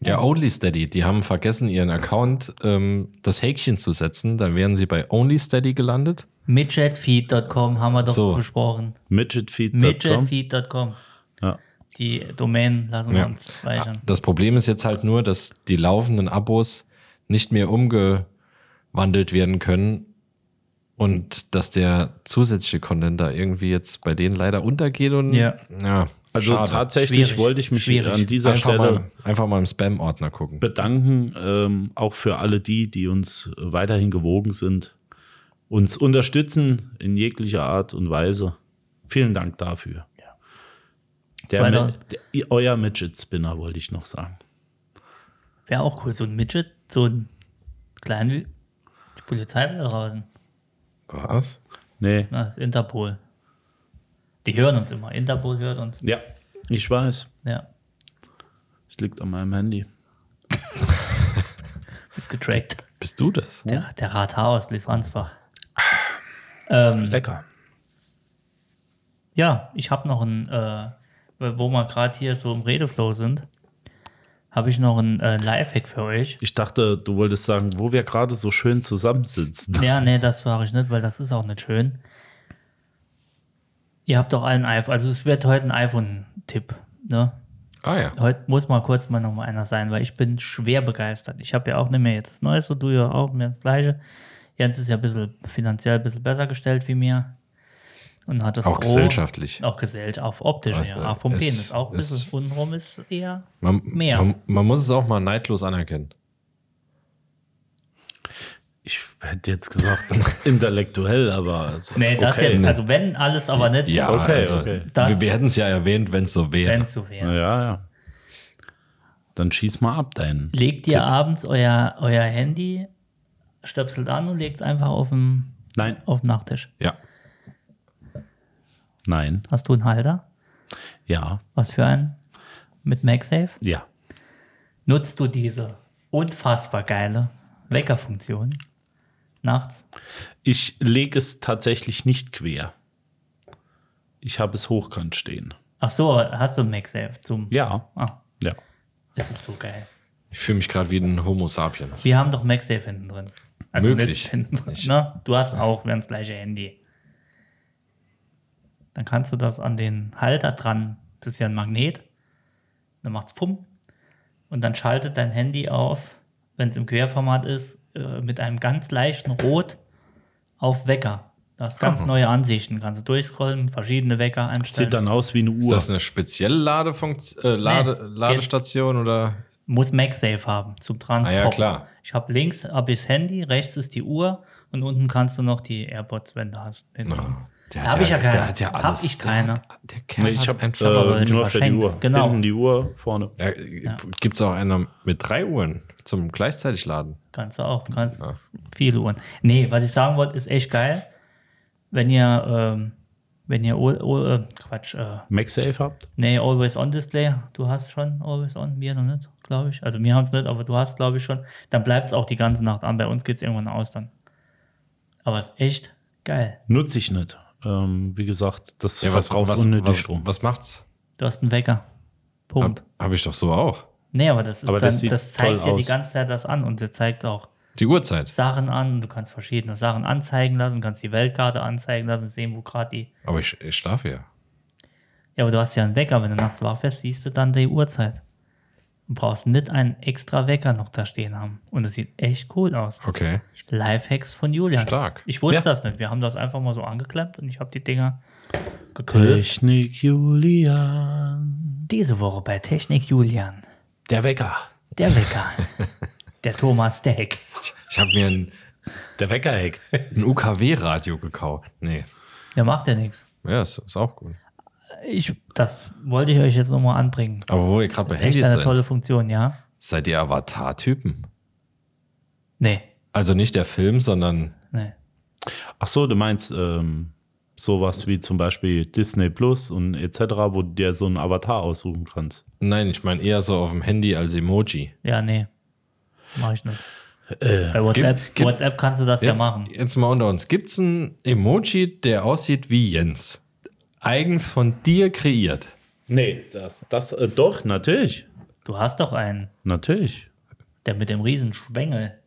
[SPEAKER 6] Ja, OnlySteady, die haben vergessen, ihren Account ähm, das Häkchen zu setzen. Dann wären sie bei OnlySteady gelandet.
[SPEAKER 1] Midgetfeed.com haben wir doch
[SPEAKER 6] So.
[SPEAKER 1] besprochen.
[SPEAKER 2] midgetfeed.com.
[SPEAKER 1] Midgetfeed.com.
[SPEAKER 2] Ja.
[SPEAKER 1] Die Domain lassen wir
[SPEAKER 6] Ja.
[SPEAKER 1] uns speichern.
[SPEAKER 6] Das Problem ist jetzt halt nur, dass die laufenden Abos nicht mehr umgewandelt werden können und dass der zusätzliche Content da irgendwie jetzt bei denen leider untergeht und
[SPEAKER 1] Ja.
[SPEAKER 6] ja
[SPEAKER 2] Also
[SPEAKER 6] schade.
[SPEAKER 2] tatsächlich
[SPEAKER 1] Schwierig.
[SPEAKER 2] wollte ich mich
[SPEAKER 1] Schwierig.
[SPEAKER 2] an dieser
[SPEAKER 6] einfach
[SPEAKER 2] Stelle
[SPEAKER 6] mal, einfach mal im Spam-Ordner gucken.
[SPEAKER 2] bedanken, ähm, auch für alle die, die uns weiterhin gewogen sind, uns unterstützen in jeglicher Art und Weise. Vielen Dank dafür. Der,
[SPEAKER 1] Zweiter-
[SPEAKER 2] Mi- der, euer Midget-Spinner wollte ich noch sagen.
[SPEAKER 1] Wäre auch cool, so ein Midget, so ein klein wie die Polizei will draußen.
[SPEAKER 6] Was?
[SPEAKER 2] Nee,
[SPEAKER 1] Na, Das ist Interpol. Die hören uns immer. Interpol hört uns.
[SPEAKER 2] ja, ich weiß.
[SPEAKER 1] Ja,
[SPEAKER 2] Es liegt an meinem Handy.
[SPEAKER 1] ist getrackt.
[SPEAKER 6] Bist du das?
[SPEAKER 1] Der, der Rathaus, Blies Ransbach.
[SPEAKER 2] Lecker.
[SPEAKER 1] Ähm, Ja, ich habe noch ein, äh, wo wir gerade hier so im Redeflow sind, habe ich noch ein äh, Lifehack für euch.
[SPEAKER 2] Ich dachte, du wolltest sagen, wo wir gerade so schön zusammensitzen.
[SPEAKER 1] Ja, nee, das war ich nicht, weil das ist auch nicht schön. Ihr habt doch allen iPhone, also es wird heute ein iPhone-Tipp. Ne?
[SPEAKER 6] Ah ja.
[SPEAKER 1] Heute muss mal kurz mal noch mal einer sein, weil ich bin schwer begeistert. Ich habe ja auch nicht mehr jetzt das Neueste, du ja auch, mir das Gleiche. Jens ist ja ein bisschen finanziell ein bisschen besser gestellt wie mir. Und hat das
[SPEAKER 6] Auch
[SPEAKER 1] Pro-
[SPEAKER 6] gesellschaftlich.
[SPEAKER 1] Auch gesellschaft, auf optisch,
[SPEAKER 6] Was,
[SPEAKER 1] ja.
[SPEAKER 6] äh,
[SPEAKER 1] Auch vom
[SPEAKER 6] ist-
[SPEAKER 1] Penis. Auch ein
[SPEAKER 6] ist-
[SPEAKER 1] bisschen untenrum ist eher
[SPEAKER 6] Man,
[SPEAKER 1] mehr.
[SPEAKER 6] Man, man muss es auch mal neidlos anerkennen.
[SPEAKER 2] Ich hätte jetzt gesagt, <laughs> intellektuell, aber. Also,
[SPEAKER 1] Nee, das
[SPEAKER 2] okay.
[SPEAKER 1] jetzt, also wenn alles, aber nicht,
[SPEAKER 6] Ja,
[SPEAKER 2] Okay,
[SPEAKER 6] also,
[SPEAKER 2] okay.
[SPEAKER 1] Da-
[SPEAKER 6] Wir, wir hätten es ja erwähnt, wenn es so wäre.
[SPEAKER 1] wenn so wäre.
[SPEAKER 2] Ja, ja. Dann schieß mal ab deinen.
[SPEAKER 1] Legt ihr abends euer, euer Handy, stöpselt an und legt es einfach auf den,
[SPEAKER 2] Nein,
[SPEAKER 1] auf den Nachttisch.
[SPEAKER 6] ja.
[SPEAKER 2] nein,
[SPEAKER 1] Hast du einen Halter?
[SPEAKER 2] ja,
[SPEAKER 1] Was für einen? Mit MagSafe?
[SPEAKER 2] ja.
[SPEAKER 1] Nutzt du diese unfassbar geile Weckerfunktion nachts?
[SPEAKER 2] Ich lege es tatsächlich nicht quer. Ich habe es hochkant stehen.
[SPEAKER 1] Ach so, hast du MagSafe zum.
[SPEAKER 2] Ja,
[SPEAKER 1] Ah,
[SPEAKER 2] ja.
[SPEAKER 1] es ist so geil.
[SPEAKER 6] Ich fühle mich gerade wie ein Homo sapiens.
[SPEAKER 1] Wir haben doch MagSafe hinten drin.
[SPEAKER 6] Möglich.
[SPEAKER 1] also nicht Hinten drin, <laughs> ne? Du hast auch, wir haben das gleiche Handy. Dann kannst du das an den Halter dran, das ist ja ein Magnet, dann macht's Pum und dann schaltet dein Handy auf, wenn es im Querformat ist, äh, mit einem ganz leichten Rot auf Wecker. Du hast ganz
[SPEAKER 6] Aha.
[SPEAKER 1] neue Ansichten, kannst du durchscrollen, verschiedene Wecker einstellen.
[SPEAKER 2] Sieht dann aus wie eine
[SPEAKER 6] Ist
[SPEAKER 2] Uhr.
[SPEAKER 6] das eine spezielle Ladefunkt äh, Lade
[SPEAKER 1] geht-
[SPEAKER 6] Ladestation oder?
[SPEAKER 1] muss MagSafe haben zum dran.
[SPEAKER 6] Ah ja,
[SPEAKER 1] Top.
[SPEAKER 6] klar.
[SPEAKER 1] Ich habe links hab ich das Handy, rechts ist die Uhr und unten kannst du noch die AirPods, wenn du hast.
[SPEAKER 6] Ah, der
[SPEAKER 1] Da
[SPEAKER 6] hat
[SPEAKER 1] habe ich ja keine.
[SPEAKER 6] Der hat ja
[SPEAKER 1] Hab
[SPEAKER 6] alles.
[SPEAKER 1] ich keine.
[SPEAKER 6] Der, hat- der Kerl
[SPEAKER 2] Nee, ich
[SPEAKER 6] hat
[SPEAKER 2] habe
[SPEAKER 6] einfach.
[SPEAKER 1] aber
[SPEAKER 2] äh, nur für die
[SPEAKER 1] verschenkt.
[SPEAKER 2] Uhr.
[SPEAKER 1] Genau.
[SPEAKER 2] Hinten die Uhr, vorne.
[SPEAKER 6] Ja, Gibt es auch einer mit drei Uhren zum gleichzeitig laden?
[SPEAKER 1] Kannst du auch. Du kannst viele Uhren. Nee, was ich sagen wollte, ist echt geil. Wenn ihr, ähm, wenn ihr, Ur- Ur- äh, Quatsch, äh,
[SPEAKER 2] MagSafe habt?
[SPEAKER 1] nee, Always On Display, du hast schon Always On, wir noch nicht, glaube ich. Also wir haben es nicht, aber du hast, glaube ich, schon. Dann bleibt es auch die ganze Nacht an. Bei uns geht es irgendwann aus dann. Aber es ist echt geil.
[SPEAKER 2] Nutze ich nicht. Ähm, wie gesagt, das
[SPEAKER 6] Ja, was,
[SPEAKER 2] verbraucht
[SPEAKER 6] was,
[SPEAKER 2] unnötig
[SPEAKER 6] was,
[SPEAKER 2] Strom.
[SPEAKER 6] was macht's?
[SPEAKER 1] Du hast einen Wecker. Punkt.
[SPEAKER 6] Habe hab ich doch so auch.
[SPEAKER 1] Nee, aber das ist
[SPEAKER 2] Aber
[SPEAKER 1] dann,
[SPEAKER 2] das
[SPEAKER 1] das,
[SPEAKER 2] sieht
[SPEAKER 1] zeigt
[SPEAKER 2] toll
[SPEAKER 1] dir die
[SPEAKER 2] aus.
[SPEAKER 1] ganze Zeit das an und der zeigt auch
[SPEAKER 6] Die Uhrzeit.
[SPEAKER 1] Sachen an. Du kannst verschiedene Sachen anzeigen lassen, kannst die Weltkarte anzeigen lassen, sehen, wo gerade die.
[SPEAKER 6] Aber ich, ich schlafe ja.
[SPEAKER 1] Ja, aber du hast ja einen Wecker, wenn du nachts wach wirst, siehst du dann die Uhrzeit. Du brauchst nicht einen extra Wecker noch da stehen haben. Und es sieht echt cool aus.
[SPEAKER 6] Okay.
[SPEAKER 1] Lifehacks von Julian.
[SPEAKER 6] Stark.
[SPEAKER 1] Ich wusste
[SPEAKER 2] Ja.
[SPEAKER 1] das nicht. Wir haben das einfach mal so angeklemmt und ich habe die Dinger gekauft.
[SPEAKER 2] Technik Julian.
[SPEAKER 1] Diese Woche bei Technik Julian.
[SPEAKER 2] Der Wecker.
[SPEAKER 1] Der
[SPEAKER 6] <laughs>
[SPEAKER 1] Wecker. der Thomas Deck.
[SPEAKER 6] Ich habe mir ein,
[SPEAKER 2] Der Wecker-Hack.
[SPEAKER 6] ein UKW-Radio gekauft. Nee.
[SPEAKER 1] Der macht ja nichts.
[SPEAKER 6] Ja, ist, ist auch gut.
[SPEAKER 1] Ich, das wollte ich euch jetzt nochmal anbringen.
[SPEAKER 6] Aber wo ihr gerade bei
[SPEAKER 1] Das ist echt
[SPEAKER 6] Handys
[SPEAKER 1] eine
[SPEAKER 6] seid,
[SPEAKER 1] tolle Funktion, ja?
[SPEAKER 6] seid ihr Avatar-Typen?
[SPEAKER 1] Nee,
[SPEAKER 6] Also nicht der Film, sondern
[SPEAKER 1] nee.
[SPEAKER 2] Ach so, du meinst ähm, sowas wie zum Beispiel Disney Plus und etc., wo du dir so einen Avatar aussuchen kannst.
[SPEAKER 6] nein, ich meine eher so auf dem Handy als Emoji.
[SPEAKER 1] Ja, nee. Mach ich nicht. Bei WhatsApp,
[SPEAKER 6] Äh, gib- gib-
[SPEAKER 1] WhatsApp kannst du das ja
[SPEAKER 6] Jetzt,
[SPEAKER 1] machen.
[SPEAKER 6] jetzt mal unter uns. Gibt's ein Emoji, der aussieht wie Jens? Eigens von dir kreiert.
[SPEAKER 2] Nee, das, das äh, doch, natürlich.
[SPEAKER 1] Du hast doch einen,
[SPEAKER 2] Natürlich.
[SPEAKER 1] der mit dem riesen Schwengel.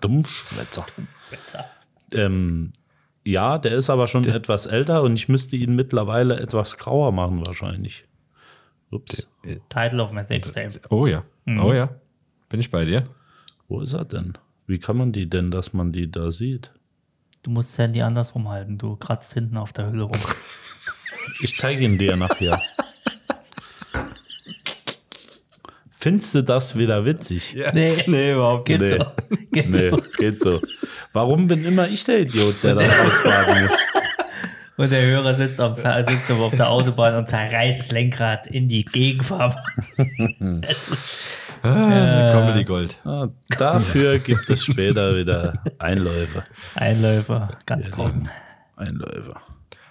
[SPEAKER 2] Dummschwätzer. Ähm, ja, der ist aber schon etwas älter und ich müsste ihn mittlerweile etwas grauer machen, wahrscheinlich. Ups,
[SPEAKER 1] Title of my Sextape.
[SPEAKER 6] Oh ja.
[SPEAKER 1] Mhm.
[SPEAKER 6] Oh ja. Bin ich bei dir?
[SPEAKER 2] wo ist er denn? Wie kann man die denn, dass man die da sieht?
[SPEAKER 1] Du musst das Handy andersrum halten. Du kratzt hinten auf der Hülle rum.
[SPEAKER 2] Ich zeige ihn dir nachher. Findest du das wieder witzig?
[SPEAKER 1] Nee.
[SPEAKER 6] <laughs> nee, überhaupt
[SPEAKER 1] Geht
[SPEAKER 2] Nee.
[SPEAKER 1] so. Geht
[SPEAKER 2] Nee,
[SPEAKER 1] so.
[SPEAKER 2] geht so. Warum bin immer ich der Idiot, der das ausbaden muss?
[SPEAKER 1] Und der Hörer sitzt, am, sitzt aber auf der Autobahn und zerreißt das Lenkrad in die Gegenfarbe. Äh.
[SPEAKER 6] Ah, Comedy Gold.
[SPEAKER 2] Ah, Dafür gibt es später wieder Einläufe.
[SPEAKER 1] Einläufer, ganz trocken.
[SPEAKER 2] Einläufe.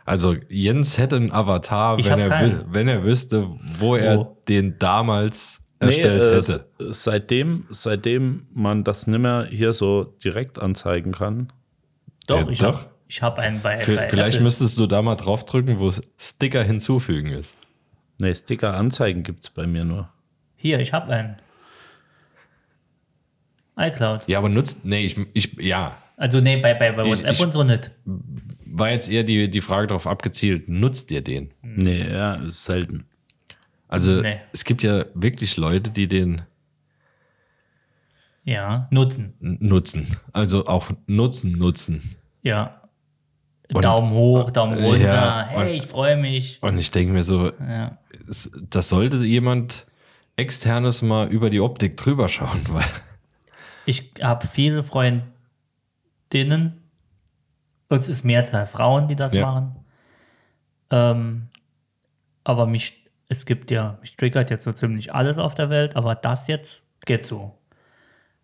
[SPEAKER 6] Also Jens hätte einen Avatar,
[SPEAKER 1] Ich
[SPEAKER 6] wenn
[SPEAKER 1] hab
[SPEAKER 6] er, wü-
[SPEAKER 1] keinen.
[SPEAKER 6] wenn er wüsste, wo er
[SPEAKER 1] Wo?
[SPEAKER 6] den damals
[SPEAKER 2] Nee,
[SPEAKER 6] erstellt
[SPEAKER 2] äh,
[SPEAKER 6] hätte.
[SPEAKER 2] s- Seitdem, seitdem man das nimmer hier so direkt anzeigen kann,
[SPEAKER 1] Doch,
[SPEAKER 6] Ja,
[SPEAKER 1] ich
[SPEAKER 6] doch.
[SPEAKER 1] hab- Ich habe einen bei, bei
[SPEAKER 6] V- Vielleicht
[SPEAKER 1] Apple.
[SPEAKER 6] müsstest du da mal draufdrücken, wo es Sticker hinzufügen ist.
[SPEAKER 2] Nee, Sticker-Anzeigen gibt es bei mir nur.
[SPEAKER 1] Hier, ich habe einen. iCloud.
[SPEAKER 6] Ja, aber nutzt. Nee, ich, ich ja,
[SPEAKER 1] Also nee, bei, bei, bei WhatsApp
[SPEAKER 6] ich-
[SPEAKER 1] und so nicht.
[SPEAKER 6] war jetzt eher die, die Frage darauf abgezielt, nutzt ihr den?
[SPEAKER 2] Nee, ja, ist selten.
[SPEAKER 6] Also
[SPEAKER 1] Nee.
[SPEAKER 6] es gibt ja wirklich Leute, die den
[SPEAKER 1] Ja, nutzen.
[SPEAKER 6] n- nutzen. Also auch nutzen, nutzen.
[SPEAKER 1] Ja. Daumen hoch, Daumen runter.
[SPEAKER 6] äh, Ja,
[SPEAKER 1] hey,
[SPEAKER 6] und-
[SPEAKER 1] ich freue mich.
[SPEAKER 6] Und ich denke mir so,
[SPEAKER 1] Ja.
[SPEAKER 6] es- das sollte jemand externes mal über die Optik drüber schauen, weil
[SPEAKER 1] Ich habe viele Freundinnen, und es ist Mehrzahl Frauen, die das
[SPEAKER 6] Ja.
[SPEAKER 1] machen. Ähm, aber mich, es gibt ja, mich triggert jetzt so ziemlich alles auf der Welt, aber das jetzt geht so.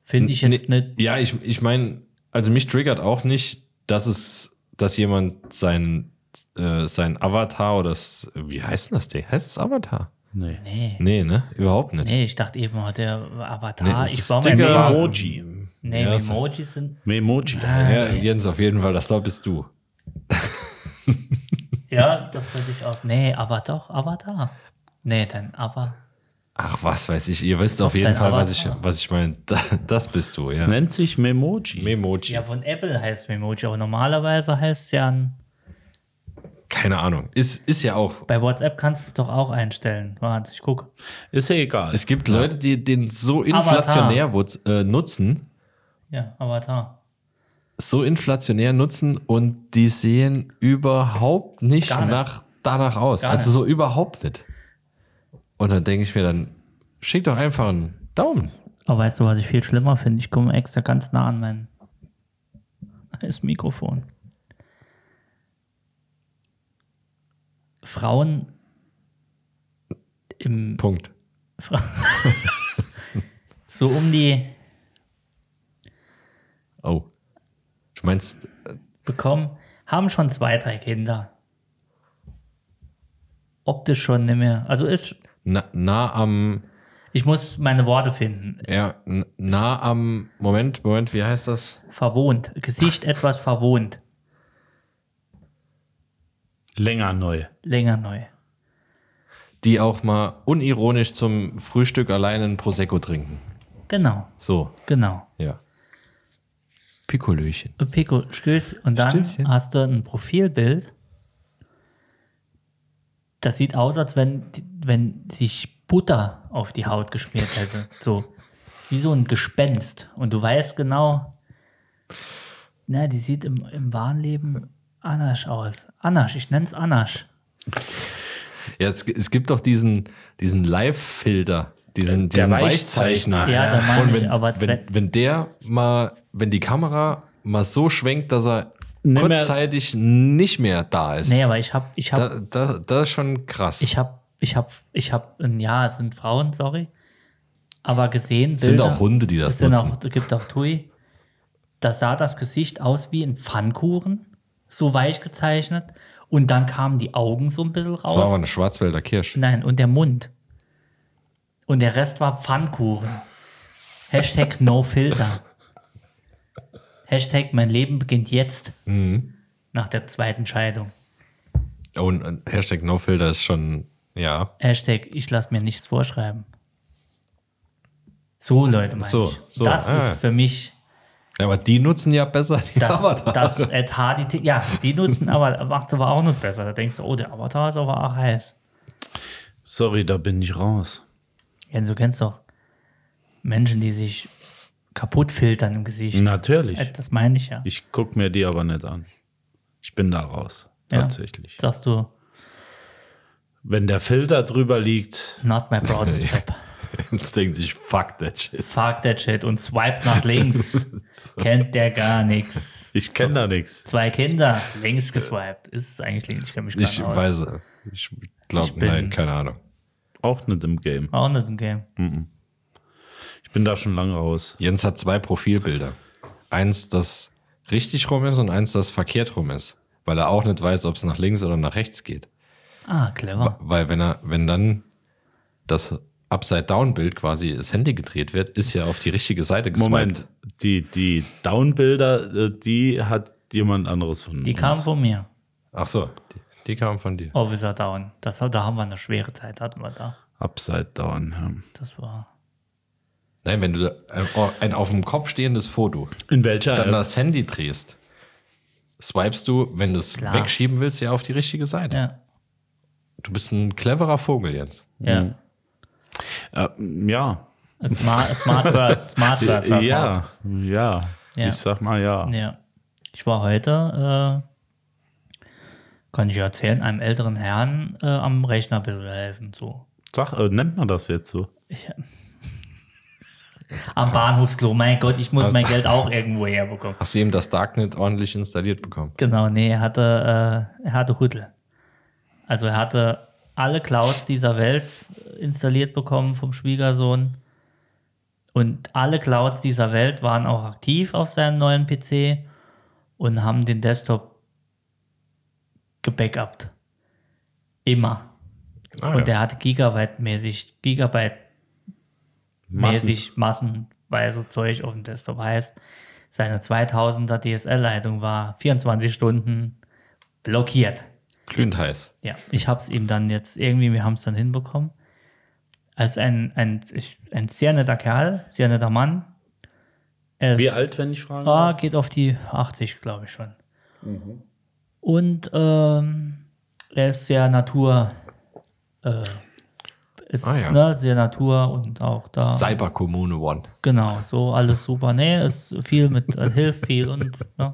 [SPEAKER 1] Finde ich jetzt
[SPEAKER 6] Nee,
[SPEAKER 1] nicht.
[SPEAKER 6] Ja, ich, ich meine, also mich triggert auch nicht, dass es, dass jemand sein, äh, sein Avatar oder das, wie heißt denn das Ding? Heißt es Avatar?
[SPEAKER 2] Nee.
[SPEAKER 1] Nee.
[SPEAKER 6] Nee, ne? Überhaupt nicht.
[SPEAKER 1] Nee, ich dachte eben, oh, der Avatar.
[SPEAKER 6] Nee, es
[SPEAKER 1] ich
[SPEAKER 6] ist
[SPEAKER 1] war mal
[SPEAKER 2] Sticker.
[SPEAKER 1] Memo
[SPEAKER 2] Emoji.
[SPEAKER 1] nee,
[SPEAKER 6] Ja, so-
[SPEAKER 1] Memojis sind.
[SPEAKER 2] Memoji.
[SPEAKER 6] Ja, Jens, auf jeden Fall, das da bist du.
[SPEAKER 1] Ja, das würde ich auch. Nee, aber doch, Avatar. Nee, dann aber.
[SPEAKER 6] Ach, was weiß ich, ihr wisst auf jeden
[SPEAKER 1] dein
[SPEAKER 6] Fall, was ich,
[SPEAKER 1] Avatar.
[SPEAKER 6] was ich meine. <laughs> Das bist du,
[SPEAKER 2] Es
[SPEAKER 6] ja.
[SPEAKER 2] nennt sich Memoji.
[SPEAKER 6] Memoji.
[SPEAKER 1] Ja, von Apple heißt Memoji, aber normalerweise heißt es ja ein.
[SPEAKER 6] Keine Ahnung. Ist, ist ja auch.
[SPEAKER 1] Bei WhatsApp kannst du es doch auch einstellen. Warte, ich gucke.
[SPEAKER 2] ist ja egal.
[SPEAKER 6] Es gibt Leute, die den so inflationär wutz- äh, nutzen,
[SPEAKER 1] Ja, Avatar.
[SPEAKER 6] so inflationär nutzen und die sehen überhaupt nicht,
[SPEAKER 1] Gar nicht.
[SPEAKER 6] nach danach aus.
[SPEAKER 1] Gar
[SPEAKER 6] also
[SPEAKER 1] nicht.
[SPEAKER 6] so überhaupt nicht. Und dann denke ich mir dann, schick doch einfach einen Daumen.
[SPEAKER 1] Aber weißt du, was ich viel schlimmer finde? Ich komme extra ganz nah an mein das Mikrofon. Frauen im
[SPEAKER 6] Punkt.
[SPEAKER 1] so um die
[SPEAKER 6] Oh. Du meinst,
[SPEAKER 1] bekommen, haben schon zwei, drei Kinder. Optisch schon nicht mehr. Also ist,
[SPEAKER 6] na, nah am,
[SPEAKER 1] ich muss meine Worte finden.
[SPEAKER 6] ja, n- nah am, Moment, Moment, wie heißt das?
[SPEAKER 1] Verwohnt. Gesicht etwas verwohnt.
[SPEAKER 2] Länger neu.
[SPEAKER 1] Länger neu.
[SPEAKER 6] Die auch mal unironisch zum Frühstück alleine ein Prosecco trinken.
[SPEAKER 1] Genau,
[SPEAKER 6] So,
[SPEAKER 1] genau.
[SPEAKER 6] ja. Pikolöchen.
[SPEAKER 1] Ein Pico, Stöß. Und dann
[SPEAKER 6] Stößchen.
[SPEAKER 1] hast du ein Profilbild. Das sieht aus, als wenn, die- wenn sich Butter auf die Haut geschmiert
[SPEAKER 6] <laughs>
[SPEAKER 1] hätte. So. Wie so ein Gespenst. Und du weißt genau, na, die sieht im, im wahren Leben Anasch aus. Anasch, ich nenne es Anasch.
[SPEAKER 6] Ja, es, es gibt doch diesen, diesen Live-Filter, diesen,
[SPEAKER 2] Der
[SPEAKER 6] diesen
[SPEAKER 2] Weichzeichner.
[SPEAKER 6] Weichzeichner.
[SPEAKER 1] Ja, da meine
[SPEAKER 6] Und
[SPEAKER 1] ich,
[SPEAKER 6] Ah wenn,
[SPEAKER 1] aber
[SPEAKER 6] wenn,
[SPEAKER 1] wenn-
[SPEAKER 6] wenn der mal, wenn die Kamera mal so schwenkt, dass er
[SPEAKER 2] Nimm
[SPEAKER 6] kurzzeitig nicht mehr da ist.
[SPEAKER 1] Nee, aber ich habe ich hab
[SPEAKER 6] da, da, das ist schon krass.
[SPEAKER 1] Ich habe, ich habe, ich habe, ja, es sind Frauen, sorry. Aber gesehen.
[SPEAKER 6] Es sind auch Hunde, die das
[SPEAKER 1] es sind
[SPEAKER 6] nutzen.
[SPEAKER 1] Auch, es gibt auch Tui. Da sah das Gesicht aus wie ein Pfannkuchen, so weich gezeichnet. Und dann kamen die Augen so ein bisschen
[SPEAKER 6] das war aber
[SPEAKER 1] raus.
[SPEAKER 6] eine Schwarzwälder Kirsch.
[SPEAKER 1] Nein, und der Mund. Und der Rest war Pfannkuchen. Hashtag no filter. Hashtag mein Leben beginnt jetzt.
[SPEAKER 6] Mhm.
[SPEAKER 1] Nach der zweiten Scheidung.
[SPEAKER 6] Oh, und, und Hashtag NoFilter ist schon, ja.
[SPEAKER 1] Hashtag, ich lasse mir nichts vorschreiben. So, Leute, meine
[SPEAKER 6] So,
[SPEAKER 1] ich.
[SPEAKER 6] so,
[SPEAKER 1] das
[SPEAKER 6] ah.
[SPEAKER 1] ist für mich
[SPEAKER 6] Aber die nutzen ja besser die
[SPEAKER 1] das,
[SPEAKER 6] Avatare.
[SPEAKER 1] das at HDT. Ja, die nutzen aber, macht's aber auch nicht besser. Da denkst du, oh, der Avatar ist aber auch heiß.
[SPEAKER 2] Sorry, da bin ich raus.
[SPEAKER 1] Jens, du kennst doch Menschen, die sich kaputt filtern im Gesicht.
[SPEAKER 2] Natürlich.
[SPEAKER 1] Äh, Das meine ich ja.
[SPEAKER 2] Ich gucke mir die aber nicht an. Ich bin da raus.
[SPEAKER 1] Ja.
[SPEAKER 2] Tatsächlich.
[SPEAKER 1] Sagst du,
[SPEAKER 2] Wenn der Filter drüber liegt,
[SPEAKER 1] not my proudest job.
[SPEAKER 6] <laughs> Jetzt denken sich, fuck that shit.
[SPEAKER 1] Fuck that shit und swipe nach links. Kennt der gar nichts.
[SPEAKER 2] ich kenne da nichts.
[SPEAKER 1] Zwei Kinder, links geswiped. Ist es eigentlich links? Ich kenne mich gar
[SPEAKER 6] Ich
[SPEAKER 1] nicht aus.
[SPEAKER 6] weiß, ich glaube,
[SPEAKER 1] Ich bin-
[SPEAKER 6] nein, keine Ahnung.
[SPEAKER 2] Auch nicht im Game.
[SPEAKER 1] Auch nicht im Game.
[SPEAKER 2] Ich bin da schon lange raus.
[SPEAKER 6] Jens hat zwei Profilbilder. Eins, das richtig rum ist und eins, das verkehrt rum ist. Weil er auch nicht weiß, ob es nach links oder nach rechts geht.
[SPEAKER 1] Ah, clever.
[SPEAKER 6] Weil wenn er, wenn dann das Upside-Down-Bild quasi das Handy gedreht wird, ist ja auf die richtige Seite geswiped.
[SPEAKER 2] Moment, die, die Downbilder, äh, die hat jemand anderes von
[SPEAKER 1] Die
[SPEAKER 2] uns.
[SPEAKER 1] kam von mir.
[SPEAKER 6] Ach so, die, die kamen von dir.
[SPEAKER 1] Officer Down. Das, da haben wir eine schwere Zeit, hatten wir da.
[SPEAKER 2] Upside Down. Ja.
[SPEAKER 1] Das war.
[SPEAKER 6] Nein, wenn du da ein, oh, ein auf dem Kopf stehendes Foto,
[SPEAKER 2] In welcher
[SPEAKER 6] dann
[SPEAKER 2] App?
[SPEAKER 6] das Handy drehst, swipest du, wenn du es
[SPEAKER 1] Klar.
[SPEAKER 6] wegschieben willst, ja auf die richtige Seite.
[SPEAKER 1] Ja.
[SPEAKER 6] Du bist ein cleverer Vogel, Jens.
[SPEAKER 1] Ja.
[SPEAKER 2] Äh, ja.
[SPEAKER 1] Smart, Smart Bird. Smart Bird. sag mal.
[SPEAKER 2] Ja, ja.
[SPEAKER 1] Ja.
[SPEAKER 2] Ich sag mal ja.
[SPEAKER 1] Ja. Ich war heute, äh, kann ich erzählen, einem älteren Herrn äh, am Rechner ein bisschen helfen. So.
[SPEAKER 2] Sag, äh, nennt man das jetzt so?
[SPEAKER 1] Am Bahnhofsklo, mein Gott, ich muss
[SPEAKER 6] Was?
[SPEAKER 1] mein Geld auch irgendwo herbekommen.
[SPEAKER 6] Hast du eben das Darknet ordentlich installiert bekommen?
[SPEAKER 1] Genau, nee, er hatte, äh, er hatte Hüttel. Also er hatte alle Clouds dieser Welt installiert bekommen vom Schwiegersohn. Und alle Clouds dieser Welt waren auch aktiv auf seinem neuen PC und haben den Desktop gebackupt. Immer.
[SPEAKER 6] Ah,
[SPEAKER 1] Und der hatte Gigabyte-mäßig, Gigabyte mäßig massenweise Zeug auf dem Desktop. Heißt, seine 2000er DSL-Leitung war 24 Stunden blockiert.
[SPEAKER 6] glühend heiß.
[SPEAKER 1] Ja, ich habe es ihm dann jetzt irgendwie, wir haben es dann hinbekommen. Als ein, ein, ich- ein sehr netter Kerl, sehr netter Mann. Er ist-
[SPEAKER 2] Wie alt, wenn ich fragen
[SPEAKER 1] Ah,
[SPEAKER 2] darf?
[SPEAKER 1] geht auf die 80, glaube ich schon. Und ähm, er ist sehr Natur. Äh, ist
[SPEAKER 6] Ah, ja.
[SPEAKER 1] ne, sehr Natur und auch da.
[SPEAKER 6] Cyber Kommune One.
[SPEAKER 1] Genau, so alles super. Nee, ist viel mit, äh, hilft viel und ne,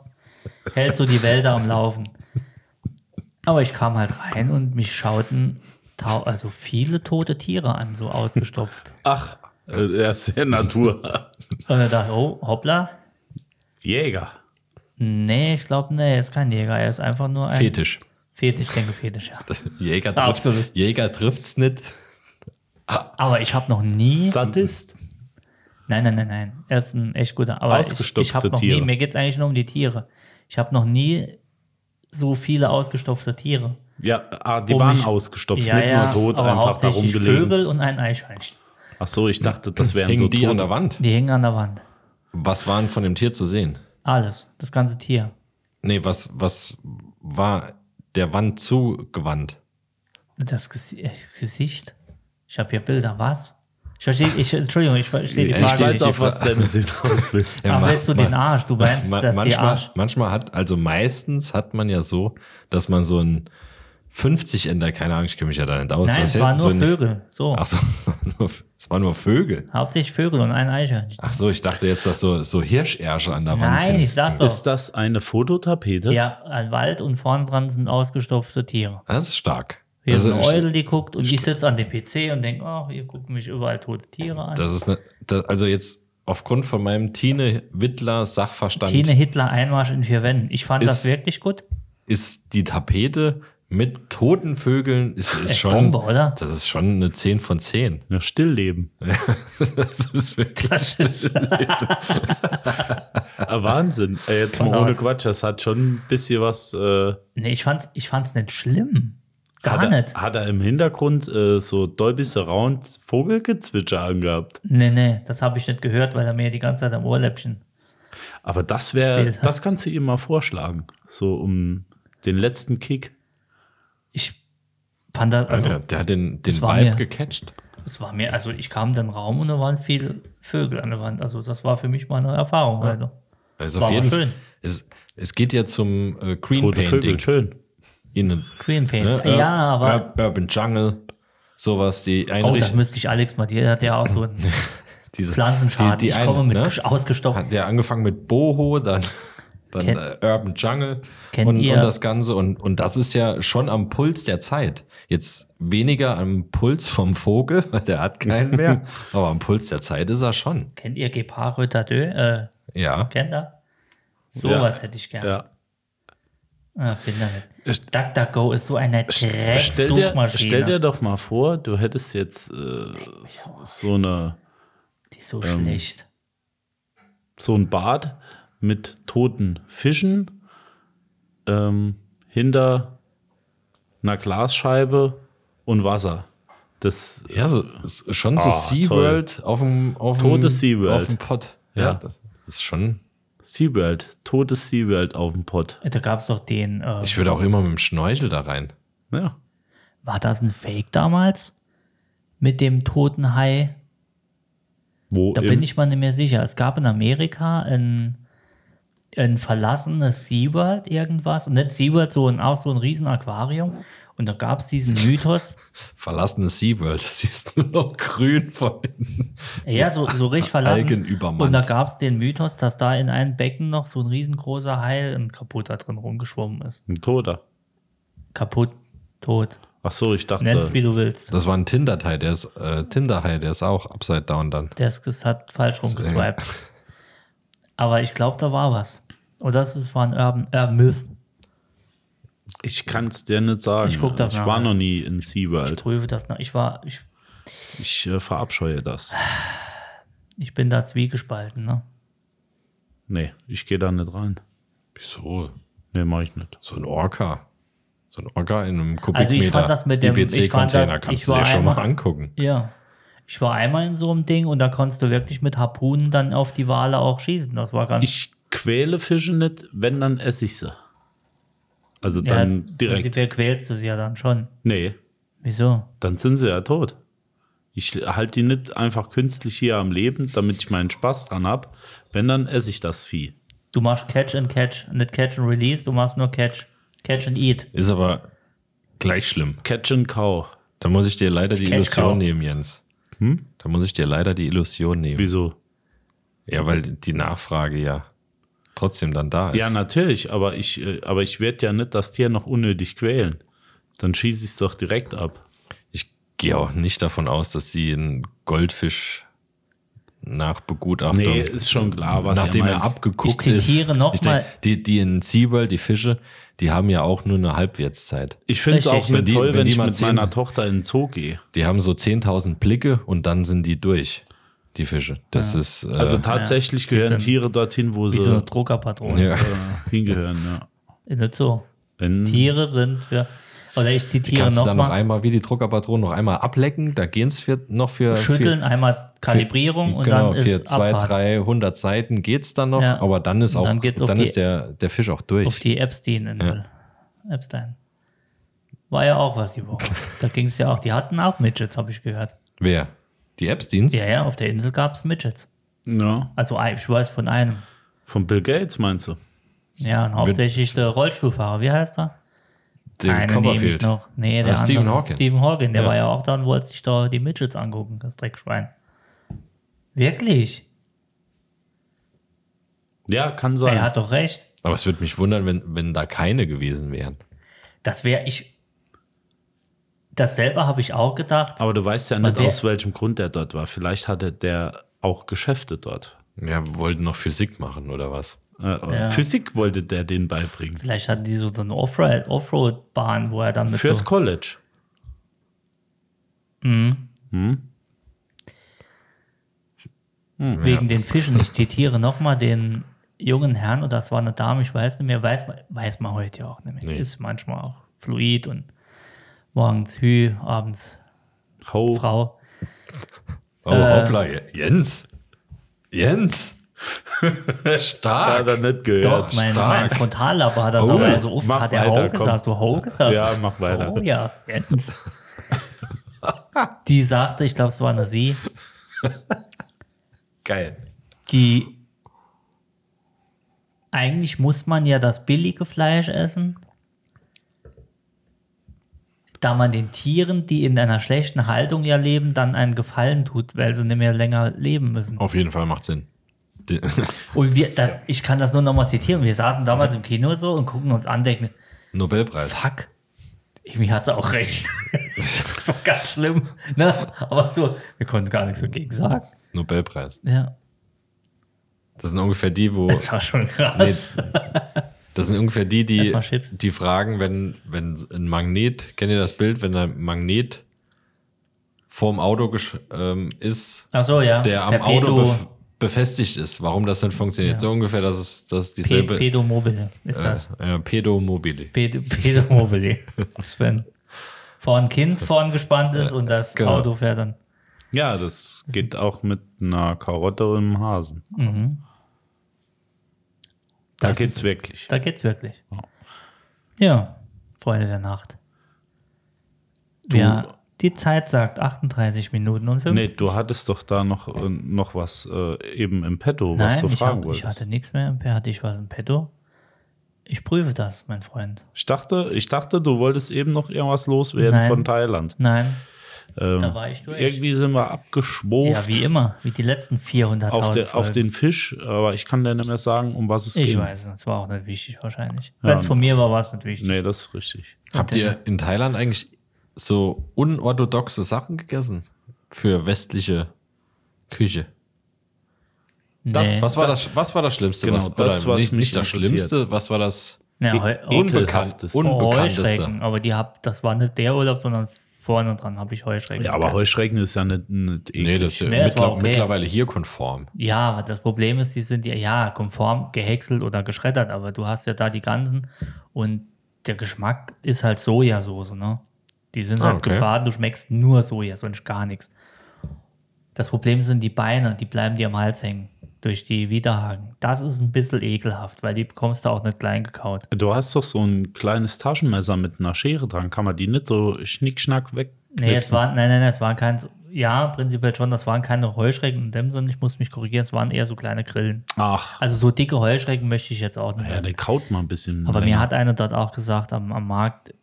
[SPEAKER 1] hält so die Wälder am Laufen. Aber ich kam halt rein und mich schauten tau also viele tote Tiere an, so
[SPEAKER 6] <laughs>
[SPEAKER 1] ausgestopft.
[SPEAKER 2] Ach, äh, er ist sehr
[SPEAKER 1] <laughs>
[SPEAKER 2] Natur.
[SPEAKER 1] Und ich dachte, oh, hoppla.
[SPEAKER 2] Jäger.
[SPEAKER 1] Nee, ich glaube, nee, er ist kein Jäger, er ist einfach nur ein
[SPEAKER 6] Fetisch.
[SPEAKER 1] Fetisch, ich denke Fetisch, ja.
[SPEAKER 6] Jäger trifft
[SPEAKER 1] Absolut.
[SPEAKER 6] Jäger trifft's nicht.
[SPEAKER 1] Aber ich habe noch nie.
[SPEAKER 2] Sadist.
[SPEAKER 1] Nein, nein, nein, nein. Er ist ein echt guter. Aber ich, ich habe
[SPEAKER 2] Ausgestopfte
[SPEAKER 1] noch nie.
[SPEAKER 2] Tiere.
[SPEAKER 1] Mir geht's eigentlich nur um die Tiere. Ich habe noch nie so viele ausgestopfte Tiere.
[SPEAKER 2] Ja, ah, die
[SPEAKER 1] Um
[SPEAKER 2] waren
[SPEAKER 1] mich-
[SPEAKER 2] ausgestopft, nicht nur tot,
[SPEAKER 1] aber
[SPEAKER 2] einfach da
[SPEAKER 1] hauptsächlich
[SPEAKER 2] rumgelegen.
[SPEAKER 1] Vögel und ein Eichhörnchen.
[SPEAKER 2] Ach so, ich dachte, das wären
[SPEAKER 6] Hingen
[SPEAKER 2] so
[SPEAKER 6] die an
[SPEAKER 2] Tote.
[SPEAKER 6] der Wand?
[SPEAKER 1] Die hingen an der Wand.
[SPEAKER 6] Was waren von dem Tier zu sehen?
[SPEAKER 1] Alles, das ganze Tier.
[SPEAKER 6] Nee, was, was war der Wand zugewandt?
[SPEAKER 1] Das Gesi äh, Gesicht. Ich habe hier Bilder. Was? Ich verstehe. Ich, Entschuldigung, ich verstehe die
[SPEAKER 6] Ich
[SPEAKER 2] Ich
[SPEAKER 1] Frage.
[SPEAKER 2] weiß
[SPEAKER 1] nicht.
[SPEAKER 6] Die
[SPEAKER 2] auch,
[SPEAKER 6] Fra-
[SPEAKER 2] was deine Sinn aus will.
[SPEAKER 1] aber willst du den Arsch? Du meinst,
[SPEAKER 6] Ma
[SPEAKER 1] dass die
[SPEAKER 6] manchmal,
[SPEAKER 1] Arsch.
[SPEAKER 6] manchmal hat, also meistens hat man ja so, dass man so ein 50 Ender, keine Ahnung, ich kenne mich ja da nicht aus.
[SPEAKER 1] Nein,
[SPEAKER 6] was
[SPEAKER 1] es waren
[SPEAKER 6] heißt
[SPEAKER 1] nur
[SPEAKER 6] so ein-
[SPEAKER 1] Vögel. So.
[SPEAKER 6] Ach so, <laughs> nur- es waren nur Vögel.
[SPEAKER 1] Hauptsächlich Vögel und ein Eichhörnchen.
[SPEAKER 6] Ach so, ich dachte jetzt, dass so, so Hirschersche an der Wand
[SPEAKER 1] Nein,
[SPEAKER 6] hängen.
[SPEAKER 1] ich sag doch.
[SPEAKER 2] Ist das eine Fototapete?
[SPEAKER 1] Ja, ein Wald und vorn dran sind ausgestopfte Tiere.
[SPEAKER 6] Das ist stark. Also
[SPEAKER 1] Hier
[SPEAKER 6] Das
[SPEAKER 1] ist eine
[SPEAKER 6] ist,
[SPEAKER 1] Eule, die guckt und ich sitze an dem PC und denke, ach, hier gucken mich überall tote Tiere an.
[SPEAKER 6] das ist eine, das, also jetzt aufgrund von meinem Tine Wittler Sachverstand
[SPEAKER 1] Tine Hitler Einmarsch in vier Wänden. Ich fand das
[SPEAKER 6] Ist-
[SPEAKER 1] wirklich gut.
[SPEAKER 6] ist die Tapete mit toten Vögeln ist, ist
[SPEAKER 1] <laughs>
[SPEAKER 6] schon
[SPEAKER 1] Bombe, oder?
[SPEAKER 6] Das ist schon eine 10 von 10.
[SPEAKER 2] Ja, Stillleben.
[SPEAKER 6] <laughs> Das ist wirklich
[SPEAKER 1] <laughs>
[SPEAKER 2] Ah, Wahnsinn. Äh, jetzt mal
[SPEAKER 1] Von
[SPEAKER 2] ohne
[SPEAKER 1] Ort.
[SPEAKER 2] Quatsch, das hat schon ein bisschen was. Äh,
[SPEAKER 1] Nee, ich fand's, ich fand's nicht schlimm. Gar
[SPEAKER 2] hat,
[SPEAKER 1] nicht.
[SPEAKER 2] Er, hat er im Hintergrund äh, so Dolby Surround Vogelgezwitscher angehabt.
[SPEAKER 1] Nee, nee, das habe ich nicht gehört, weil er mir die ganze Zeit am Ohrläppchen.
[SPEAKER 2] Aber das wäre,
[SPEAKER 1] Spielt.
[SPEAKER 2] das kannst du ihm mal vorschlagen. So um den letzten Kick.
[SPEAKER 1] Ich fand das, also,
[SPEAKER 6] Alter, der hat den, den
[SPEAKER 1] das war
[SPEAKER 6] Vibe
[SPEAKER 1] mir-
[SPEAKER 6] gecatcht.
[SPEAKER 1] es war mir, also ich kam in den Raum und da waren viele Vögel an der Wand. Also, das war für mich mal eine erfahrung heute.
[SPEAKER 6] Also
[SPEAKER 1] War
[SPEAKER 6] auf
[SPEAKER 1] aber
[SPEAKER 6] jeden
[SPEAKER 1] schön.
[SPEAKER 6] Fall. Es, es geht ja zum äh, Green
[SPEAKER 2] Tote
[SPEAKER 6] Painting.
[SPEAKER 2] Vögel, schön.
[SPEAKER 6] Innen,
[SPEAKER 1] Green Paint.
[SPEAKER 6] ne? Ur-
[SPEAKER 1] ja, aber.
[SPEAKER 6] Ur- Urban Jungle, sowas, die
[SPEAKER 1] Oh, das
[SPEAKER 6] einrichten.
[SPEAKER 1] müsste ich Alex mal, der hat ja auch so einen
[SPEAKER 6] <laughs> diese-
[SPEAKER 1] Pflanzenschaden. ich komme mit
[SPEAKER 6] ne?
[SPEAKER 1] gesch- ausgestopft.
[SPEAKER 6] Hat ja angefangen mit Boho, dann, dann
[SPEAKER 1] Kennt-
[SPEAKER 6] äh, Urban Jungle
[SPEAKER 1] Kennt
[SPEAKER 6] und,
[SPEAKER 1] ihr-
[SPEAKER 6] und das Ganze. Und, und das ist ja schon am Puls der Zeit. Jetzt weniger am Puls vom Vogel, <laughs> weil der hat keinen mehr, aber am Puls der Zeit ist er schon.
[SPEAKER 1] Kennt ihr Gepard Rotadeu? Äh,
[SPEAKER 6] Ja.
[SPEAKER 1] kennt ihr? Sowas
[SPEAKER 2] Ja.
[SPEAKER 1] hätte ich gerne.
[SPEAKER 2] Ja.
[SPEAKER 1] Ah, finde ich nicht. DuckDuckGo ist so eine
[SPEAKER 2] Stell dir,
[SPEAKER 1] Drecksuchmaschine.
[SPEAKER 2] stell dir doch mal vor, du hättest jetzt äh, s- so, eine,
[SPEAKER 1] die ist so
[SPEAKER 6] Ähm.
[SPEAKER 1] schlecht.
[SPEAKER 2] so ein Bad mit toten Fischen ähm, hinter einer Glasscheibe und Wasser. Das
[SPEAKER 6] Ja, so, ist schon so
[SPEAKER 2] Ah,
[SPEAKER 6] SeaWorld auf dem, auf dem,
[SPEAKER 2] Totes SeaWorld.
[SPEAKER 6] auf dem Pott.
[SPEAKER 2] Ja.
[SPEAKER 6] das ist schon
[SPEAKER 2] SeaWorld, totes SeaWorld auf dem Pott.
[SPEAKER 1] Da gab es doch den. Äh,
[SPEAKER 6] Ich würde auch immer mit dem Schnorchel da rein.
[SPEAKER 2] Ja.
[SPEAKER 1] war das ein Fake damals? Mit dem toten Hai?
[SPEAKER 2] Wo
[SPEAKER 1] Da
[SPEAKER 2] im-
[SPEAKER 1] bin ich mir nicht mehr sicher. Es gab in Amerika ein, ein verlassenes SeaWorld irgendwas. Und nicht SeaWorld, so ein, auch so ein riesen Aquarium. Und da gab es diesen Mythos.
[SPEAKER 6] Verlassenes SeaWorld, <laughs> das ist nur noch grün von hinten.
[SPEAKER 1] Ja, so, so
[SPEAKER 2] <laughs>
[SPEAKER 1] richtig verlassen.
[SPEAKER 6] Algen übermannt.
[SPEAKER 1] Und da gab es den Mythos, dass da in einem Becken noch so ein riesengroßer Hai, ein kaputter drin rumgeschwommen ist.
[SPEAKER 2] Ein Toter.
[SPEAKER 1] Kaputt, tot.
[SPEAKER 2] Ach so, ich dachte.
[SPEAKER 1] Nenn's wie du willst.
[SPEAKER 6] Das war ein Tinder-Hai, der ist, äh, Tinder-Hai, der ist auch upside down dann.
[SPEAKER 1] Der ist ges- hat falsch rumgeswiped.
[SPEAKER 2] <laughs>
[SPEAKER 1] Aber ich glaube, da war was. Oder es ist- war ein Urban, äh, Myth.
[SPEAKER 2] Ich kann es dir nicht sagen.
[SPEAKER 1] Ich guck das
[SPEAKER 2] ich
[SPEAKER 1] nach.
[SPEAKER 2] war noch nie in
[SPEAKER 1] Ich
[SPEAKER 2] SeaWorld.
[SPEAKER 1] prüfe das noch. Ich war, ich,
[SPEAKER 2] Ich äh, verabscheue das.
[SPEAKER 1] ich bin da zwiegespalten, ne?
[SPEAKER 2] Nee, ich gehe da nicht rein.
[SPEAKER 6] Wieso?
[SPEAKER 2] Nee, mach ich nicht.
[SPEAKER 6] So ein Orca. So ein Orca in einem Kubikmeter.
[SPEAKER 1] Also ich fand das mit dem- ich fand das-
[SPEAKER 6] IBC-Container
[SPEAKER 1] ich
[SPEAKER 6] kannst du
[SPEAKER 1] war
[SPEAKER 6] dir schon mal
[SPEAKER 1] einmal-
[SPEAKER 6] angucken.
[SPEAKER 1] Ja. Ich war einmal in so einem Ding und da konntest du wirklich mit Harpunen dann auf die Wale auch schießen. Das war ganz
[SPEAKER 2] Ich quäle Fische nicht, wenn, dann esse ich sie. Also dann direkt.
[SPEAKER 1] Prinzipiell quälst du sie ja dann schon.
[SPEAKER 2] Nee,
[SPEAKER 1] Wieso?
[SPEAKER 2] dann sind sie ja tot. Ich halte die nicht einfach künstlich hier am Leben, damit ich meinen Spaß dran habe. Wenn, dann esse ich das Vieh.
[SPEAKER 1] Du machst Catch and Catch, nicht Catch and Release, du machst nur Catch. Catch and Eat.
[SPEAKER 6] Ist aber gleich schlimm.
[SPEAKER 2] Catch and Cow.
[SPEAKER 6] Da muss ich dir leider die
[SPEAKER 1] Catch Cow.
[SPEAKER 6] Illusion nehmen, Jens. Hm? Da muss ich dir leider die Illusion nehmen.
[SPEAKER 2] Wieso?
[SPEAKER 6] Ja, weil die Nachfrage ja trotzdem dann da ist.
[SPEAKER 2] Ja, natürlich, aber ich, äh, aber ich werde ja nicht das Tier noch unnötig quälen. Dann schieße ich es doch direkt ab.
[SPEAKER 6] Ich gehe auch nicht davon aus, dass sie einen Goldfisch nach Begutachtung.
[SPEAKER 2] Nee, ist schon klar, was
[SPEAKER 6] nachdem
[SPEAKER 2] ihr
[SPEAKER 6] er
[SPEAKER 2] meint.
[SPEAKER 6] abgeguckt
[SPEAKER 1] Ich
[SPEAKER 6] ist.
[SPEAKER 1] zitiere noch
[SPEAKER 6] Ich denk,
[SPEAKER 1] mal.
[SPEAKER 6] Die, die in Seaworld, die Fische, die haben ja auch nur eine Halbwertszeit.
[SPEAKER 2] Ich finde es
[SPEAKER 1] Richtig.
[SPEAKER 2] auch nicht
[SPEAKER 6] die-
[SPEAKER 2] toll,
[SPEAKER 6] wenn
[SPEAKER 2] wenn,
[SPEAKER 6] die
[SPEAKER 2] ich
[SPEAKER 6] mal
[SPEAKER 2] mit
[SPEAKER 6] zehn-
[SPEAKER 2] meiner Tochter in den Zoo gehe.
[SPEAKER 6] Die haben so 10.000 Blicke und dann sind die durch, die Fische. Das ist. Äh,
[SPEAKER 2] Also tatsächlich
[SPEAKER 1] die
[SPEAKER 2] gehören
[SPEAKER 1] sind-
[SPEAKER 2] Tiere dorthin, wo
[SPEAKER 1] Wie so eine
[SPEAKER 2] sie
[SPEAKER 1] Druckerpatrone.
[SPEAKER 6] ja.
[SPEAKER 2] Äh, hingehören. Ja.
[SPEAKER 1] Nicht so.
[SPEAKER 2] Wenn-
[SPEAKER 1] Tiere sind für. Oder ich zitiere
[SPEAKER 6] <laughs> Kannst du da noch
[SPEAKER 1] nochmal.
[SPEAKER 6] einmal, wie die Druckerpatronen, noch einmal ablecken? Da gehen es noch für.
[SPEAKER 1] Schütteln, einmal
[SPEAKER 6] für-
[SPEAKER 1] Kalibrierung und
[SPEAKER 6] genau,
[SPEAKER 1] dann ist
[SPEAKER 6] für zwei,
[SPEAKER 1] Abfahrt.
[SPEAKER 6] 300 Seiten geht es dann noch,
[SPEAKER 1] Ja.
[SPEAKER 6] aber dann ist
[SPEAKER 1] Und
[SPEAKER 6] auch,
[SPEAKER 1] dann
[SPEAKER 6] dann,
[SPEAKER 1] geht's auf die-
[SPEAKER 6] ist der, der Fisch auch durch.
[SPEAKER 1] auf die Epstein-Insel. Epstein. War ja auch was die Woche.
[SPEAKER 6] <laughs>
[SPEAKER 1] da ging es ja auch. Die hatten auch Midgets, habe ich gehört.
[SPEAKER 6] Wer? Die Epsteins?
[SPEAKER 1] Ja, ja, auf der Insel gab es Midgets.
[SPEAKER 2] ja.
[SPEAKER 1] Also ein- ich weiß von einem.
[SPEAKER 2] Von Bill Gates meinst du?
[SPEAKER 1] Ja, und hauptsächlich der Rollstuhlfahrer. Wie heißt er?
[SPEAKER 6] Den
[SPEAKER 1] Einen nehme ich
[SPEAKER 6] Copperfield.
[SPEAKER 1] noch. Nee, der
[SPEAKER 6] Ah, Stephen
[SPEAKER 1] andere.
[SPEAKER 6] Hawking.
[SPEAKER 1] Stephen Hawking, der
[SPEAKER 6] Ja.
[SPEAKER 1] war ja auch da und wollte sich da die Midgets angucken, das Dreckschwein. Wirklich?
[SPEAKER 2] Ja, kann
[SPEAKER 1] Er
[SPEAKER 2] sein.
[SPEAKER 1] hat doch recht.
[SPEAKER 6] Aber es würde mich wundern, wenn, wenn da keine gewesen wären.
[SPEAKER 1] Das wäre ich. Dasselbe habe ich auch gedacht.
[SPEAKER 2] Aber du weißt ja nicht,
[SPEAKER 1] wer-
[SPEAKER 2] aus welchem Grund er dort war. Vielleicht hatte der auch Geschäfte dort.
[SPEAKER 6] Ja, wir wollten noch Physik machen oder was?
[SPEAKER 2] Äh, Physik wollte der denen beibringen.
[SPEAKER 1] Vielleicht hatten die so so eine Offroad- Offroad-Bahn, wo er dann mit
[SPEAKER 2] Fürs
[SPEAKER 1] so,
[SPEAKER 2] College.
[SPEAKER 1] wegen den Fischen. Ich zitiere nochmal den jungen Herrn, und das war eine Dame, ich weiß nicht mehr, weiß man, weiß man heute ja auch nicht mehr.
[SPEAKER 6] Nee.
[SPEAKER 1] Ist manchmal auch fluid und morgens Hü, abends
[SPEAKER 2] Ho.
[SPEAKER 1] Frau.
[SPEAKER 6] Oh,
[SPEAKER 1] Äh.
[SPEAKER 6] hoppla, Jens. Jens. <laughs>
[SPEAKER 2] Hat er
[SPEAKER 6] Stark.
[SPEAKER 2] nicht ggehört.
[SPEAKER 1] Doch, mein, mein
[SPEAKER 6] stark.
[SPEAKER 1] Frontallaber hat das
[SPEAKER 6] Oh,
[SPEAKER 1] aber so oft,
[SPEAKER 2] Äh, mach
[SPEAKER 1] hat er
[SPEAKER 2] weiter,
[SPEAKER 1] auch
[SPEAKER 2] komm.
[SPEAKER 1] gesagt, so Ho gesagt.
[SPEAKER 2] Ja, mach weiter.
[SPEAKER 1] Oh ja, Jens. Die sagte, ich glaube, es war eine Sie,
[SPEAKER 6] Geil.
[SPEAKER 1] die eigentlich muss man ja das billige Fleisch essen, da man den Tieren, die in einer schlechten Haltung ja leben, dann einen Gefallen tut, weil sie nicht mehr länger leben müssen.
[SPEAKER 6] Auf jeden Fall macht Sinn. Die- <laughs>
[SPEAKER 1] Und wir, das, ich kann das nur nochmal zitieren, wir saßen damals im Kino so und gucken uns an, denken,
[SPEAKER 6] Nobelpreis.
[SPEAKER 1] Fuck. Irgendwie hat sie auch recht. <laughs> so ganz schlimm. Ne? Aber so, wir konnten gar nichts dagegen sagen.
[SPEAKER 6] Nobelpreis.
[SPEAKER 1] Ja,
[SPEAKER 6] Das sind ungefähr die, wo.
[SPEAKER 1] das war schon krass.
[SPEAKER 6] Nee, das sind ungefähr die, die,
[SPEAKER 1] Erstmal Chips.
[SPEAKER 6] die fragen, wenn, wenn ein Magnet, kennt ihr das Bild, wenn ein Magnet vorm Auto gesch- ähm, ist,
[SPEAKER 1] Ach so, ja.
[SPEAKER 6] der am Auto
[SPEAKER 1] Pedo,
[SPEAKER 6] bef befestigt ist, warum das nicht funktioniert. So ungefähr, dass es dass
[SPEAKER 1] Pe-
[SPEAKER 6] dieselbe
[SPEAKER 1] Pedomobile ist das.
[SPEAKER 6] äh, äh, Pedomobile.
[SPEAKER 1] Pedo,
[SPEAKER 6] <laughs>
[SPEAKER 1] Pedomobile. Sven. Vor ein Kind vorn gespannt ist und das
[SPEAKER 6] Genau.
[SPEAKER 1] Auto fährt dann.
[SPEAKER 2] Ja, das geht auch mit einer Karotte und einem Hasen. Da
[SPEAKER 1] Mhm. Das
[SPEAKER 2] geht's
[SPEAKER 1] ist-
[SPEAKER 2] wirklich.
[SPEAKER 1] Da geht's wirklich. Ja, Freunde der Nacht. ja, die Zeit sagt 38 Minuten und 50.
[SPEAKER 2] Nee, du hattest doch da noch, äh, noch was äh, eben im Petto, was
[SPEAKER 1] Nein,
[SPEAKER 2] du
[SPEAKER 1] ich,
[SPEAKER 2] fragen
[SPEAKER 1] hab, ich
[SPEAKER 2] wolltest.
[SPEAKER 1] hatte nichts mehr im Pe- Hatte ich was im Petto? Ich prüfe das, mein Freund.
[SPEAKER 2] Ich dachte, ich dachte, du wolltest eben noch irgendwas loswerden
[SPEAKER 1] Nein.
[SPEAKER 2] von Thailand.
[SPEAKER 1] Nein,
[SPEAKER 2] Ähm,
[SPEAKER 1] da war ich durch.
[SPEAKER 2] Irgendwie sind wir
[SPEAKER 1] ja,
[SPEAKER 2] abgeschwoft
[SPEAKER 1] wie immer, wie die letzten 400.000
[SPEAKER 2] auf, de, auf
[SPEAKER 1] Folgen.
[SPEAKER 2] den Fisch, aber ich kann dir nicht mehr sagen, um was es geht.
[SPEAKER 1] Ich weiß, das war auch nicht wichtig wahrscheinlich.
[SPEAKER 2] Ja,
[SPEAKER 1] Wenn es von mir war, war es nicht wichtig.
[SPEAKER 2] Nee, das ist richtig.
[SPEAKER 6] Habt ihr in Thailand eigentlich so unorthodoxe Sachen gegessen? Für westliche Küche.
[SPEAKER 1] Nee.
[SPEAKER 6] Was war das, was war das Schlimmste?
[SPEAKER 2] Genau,
[SPEAKER 6] was,
[SPEAKER 2] das, was
[SPEAKER 6] nicht,
[SPEAKER 2] mich
[SPEAKER 6] nicht das
[SPEAKER 2] interessiert. Oh,
[SPEAKER 6] Schlimmste, was war das
[SPEAKER 1] Ja, heu-
[SPEAKER 6] unbekannt,
[SPEAKER 2] Ekelhafteste.
[SPEAKER 6] Unbekannteste?
[SPEAKER 1] Heuschrecken, aber die hab, das war nicht der Urlaub, sondern vorne dran habe ich Heuschrecken.
[SPEAKER 2] Ja, aber
[SPEAKER 1] gehabt.
[SPEAKER 2] Heuschrecken ist ja nicht, nicht
[SPEAKER 6] Nee,
[SPEAKER 2] eklig.
[SPEAKER 6] das ist ja
[SPEAKER 1] Nee, das war
[SPEAKER 6] mittler-
[SPEAKER 1] okay.
[SPEAKER 6] mittlerweile hier konform.
[SPEAKER 1] Ja, aber das Problem ist, die sind ja, ja konform gehäckselt oder geschreddert, aber du hast ja da die ganzen und der Geschmack ist halt Sojasauce, ne? Die sind
[SPEAKER 6] Ah,
[SPEAKER 1] halt
[SPEAKER 6] okay.
[SPEAKER 1] gebraten, du schmeckst nur Soja, sonst gar nichts. Das Problem sind die Beine, die bleiben dir am Hals hängen durch die Widerhaken. Das ist ein bisschen ekelhaft, weil die bekommst du auch nicht klein gekaut.
[SPEAKER 2] du hast doch so ein kleines Taschenmesser mit einer Schere dran. Kann man die nicht so schnickschnack weg?
[SPEAKER 1] Nee, es waren, nein, nein, nein, es waren kein, ja, prinzipiell schon, das waren keine Heuschrecken in dem Sinne, ich muss mich korrigieren, es waren eher so kleine Grillen.
[SPEAKER 2] Ach,
[SPEAKER 1] Also so dicke Heuschrecken möchte ich jetzt auch nicht.
[SPEAKER 2] ja, der kaut mal ein bisschen.
[SPEAKER 1] Aber mir
[SPEAKER 2] länger.
[SPEAKER 1] hat einer dort auch gesagt, am, am Markt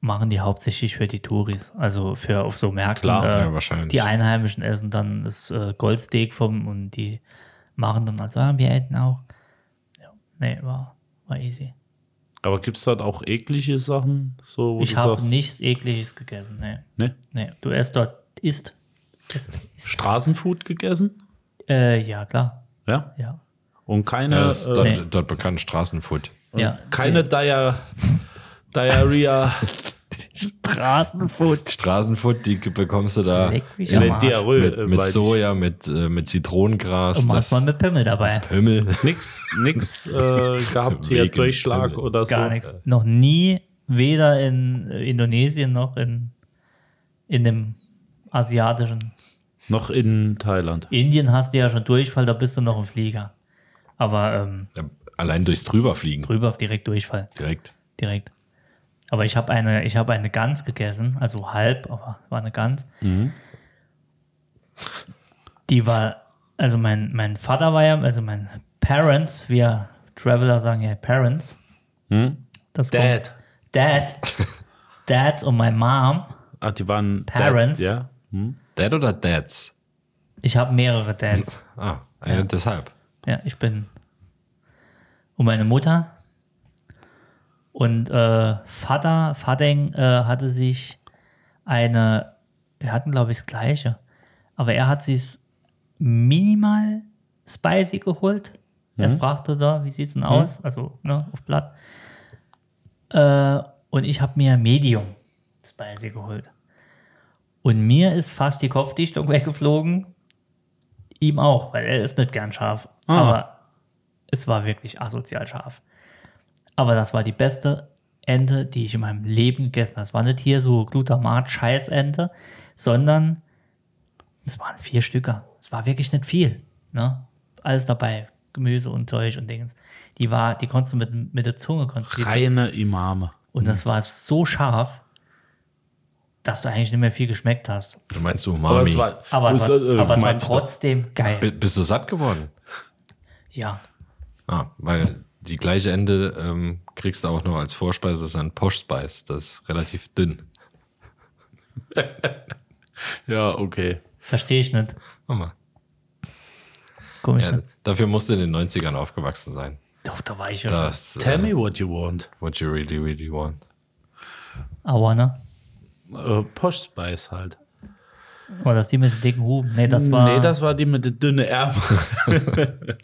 [SPEAKER 1] machen die hauptsächlich für die Touris, also für auf so Märkten.
[SPEAKER 2] Klar,
[SPEAKER 1] äh,
[SPEAKER 6] ja, wahrscheinlich.
[SPEAKER 1] Die Einheimischen essen dann das äh, Goldsteak vom und die machen dann also, ah, wir essen auch. Ja, nee, war, war easy.
[SPEAKER 2] aber gibt es dort auch eklige Sachen? So, wo
[SPEAKER 1] ich
[SPEAKER 2] du
[SPEAKER 1] habe
[SPEAKER 2] sagst- ne?
[SPEAKER 1] nichts ekliges gegessen. Nee,
[SPEAKER 2] Nee?
[SPEAKER 1] nee. Du erst dort isst. isst, isst.
[SPEAKER 2] Straßenfood gegessen?
[SPEAKER 1] Äh, ja, klar.
[SPEAKER 2] Ja.
[SPEAKER 1] Ja.
[SPEAKER 2] Und keine.
[SPEAKER 6] Ja, das ist
[SPEAKER 2] äh,
[SPEAKER 6] dort,
[SPEAKER 1] nee.
[SPEAKER 6] dort bekannt Straßenfood.
[SPEAKER 1] ja.
[SPEAKER 2] Keine Dia Diarrhea,
[SPEAKER 1] Straßenfood.
[SPEAKER 6] Straßenfood, die bekommst du da
[SPEAKER 1] Leck mich
[SPEAKER 2] nee,
[SPEAKER 1] am Arsch.
[SPEAKER 2] Diarrhoe, äh,
[SPEAKER 6] mit, mit
[SPEAKER 2] weil
[SPEAKER 6] Soja, mit, äh, mit Zitronengras,
[SPEAKER 1] Und
[SPEAKER 6] das
[SPEAKER 1] manchmal mit Pimmel dabei.
[SPEAKER 6] Pimmel.
[SPEAKER 2] ich Nix, nix äh, gehabt hier,
[SPEAKER 6] Wegen
[SPEAKER 2] Durchschlag
[SPEAKER 6] Pimmel.
[SPEAKER 2] oder so.
[SPEAKER 1] Gar nichts. äh. Noch nie, weder in äh, Indonesien noch in, in dem asiatischen.
[SPEAKER 2] Noch in Thailand.
[SPEAKER 1] Indien hast du ja schon Durchfall, da bist du noch im Flieger. Aber ähm,
[SPEAKER 6] Ja, Allein durchs Drüberfliegen
[SPEAKER 1] drüber auf direkt Durchfall.
[SPEAKER 6] direkt.
[SPEAKER 1] Direkt. Aber ich habe eine, ich habe eine Gans gegessen, also halb, aber war eine Gans. Die war, also mein, mein Vater war ja, also mein Parents, wir Traveler sagen ja Parents. Das kommt-
[SPEAKER 2] Dad.
[SPEAKER 1] Dad. Dad und my Mom.
[SPEAKER 2] Ah, die waren
[SPEAKER 1] Parents.
[SPEAKER 2] Dad, ja.
[SPEAKER 6] Dad oder Dads?
[SPEAKER 1] Ich habe mehrere Dads.
[SPEAKER 6] Ah, einer deshalb.
[SPEAKER 1] Ja, ich bin. Und meine Mutter. Und äh, Vater, Vadeng äh, hatte sich eine. Wir hatten, glaube ich, das Gleiche. Aber er hat sich's minimal spicy geholt. Er fragte da, wie sieht's denn aus? Also, ne, auf Blatt. Äh, und ich habe mir Medium spicy geholt. Und mir ist fast die Kopfdichtung weggeflogen, ihm auch, weil er ist nicht gern scharf. Aber es war wirklich asozial scharf. Aber das war die beste Ente, die ich in meinem Leben gegessen habe. Es war nicht hier so Glutamat-Scheißente, sondern es waren vier Stücker. Es war wirklich nicht viel. Ne? Alles dabei. Gemüse und Zeug und Dings. Die war, die konntest du mit, mit der Zunge konntest du die
[SPEAKER 2] Reine Imame.
[SPEAKER 1] und das
[SPEAKER 2] Mhm.
[SPEAKER 1] war so scharf, dass du eigentlich nicht mehr viel geschmeckt hast.
[SPEAKER 6] Du meinst
[SPEAKER 2] Aber
[SPEAKER 6] Umami.
[SPEAKER 2] es war,
[SPEAKER 1] Aber es war,
[SPEAKER 2] äh, äh,
[SPEAKER 1] aber es war
[SPEAKER 2] meinst du-
[SPEAKER 1] trotzdem
[SPEAKER 6] B
[SPEAKER 1] geil.
[SPEAKER 6] bist du satt geworden?
[SPEAKER 1] Ja.
[SPEAKER 6] Ah, weil die gleiche Ende ähm, kriegst du auch noch als Vorspeise, das ist ein Posh Spice. Das ist relativ dünn.
[SPEAKER 2] Ja, okay.
[SPEAKER 1] Verstehe ich nicht.
[SPEAKER 6] Guck mal.
[SPEAKER 1] Komisch.
[SPEAKER 6] Ja,
[SPEAKER 1] ne?
[SPEAKER 6] dafür musst du in den 90ern aufgewachsen sein.
[SPEAKER 1] Doch, da war ich ja schon.
[SPEAKER 6] Das
[SPEAKER 2] Tell
[SPEAKER 6] äh,
[SPEAKER 2] me what you want.
[SPEAKER 6] what you really, really want.
[SPEAKER 1] Aua, ne?
[SPEAKER 2] Äh, Posh Spice halt.
[SPEAKER 1] War das die mit dem dicken Huben? Nee, das war.
[SPEAKER 2] nee, das war die mit den dünnen <laughs> Ärmeln.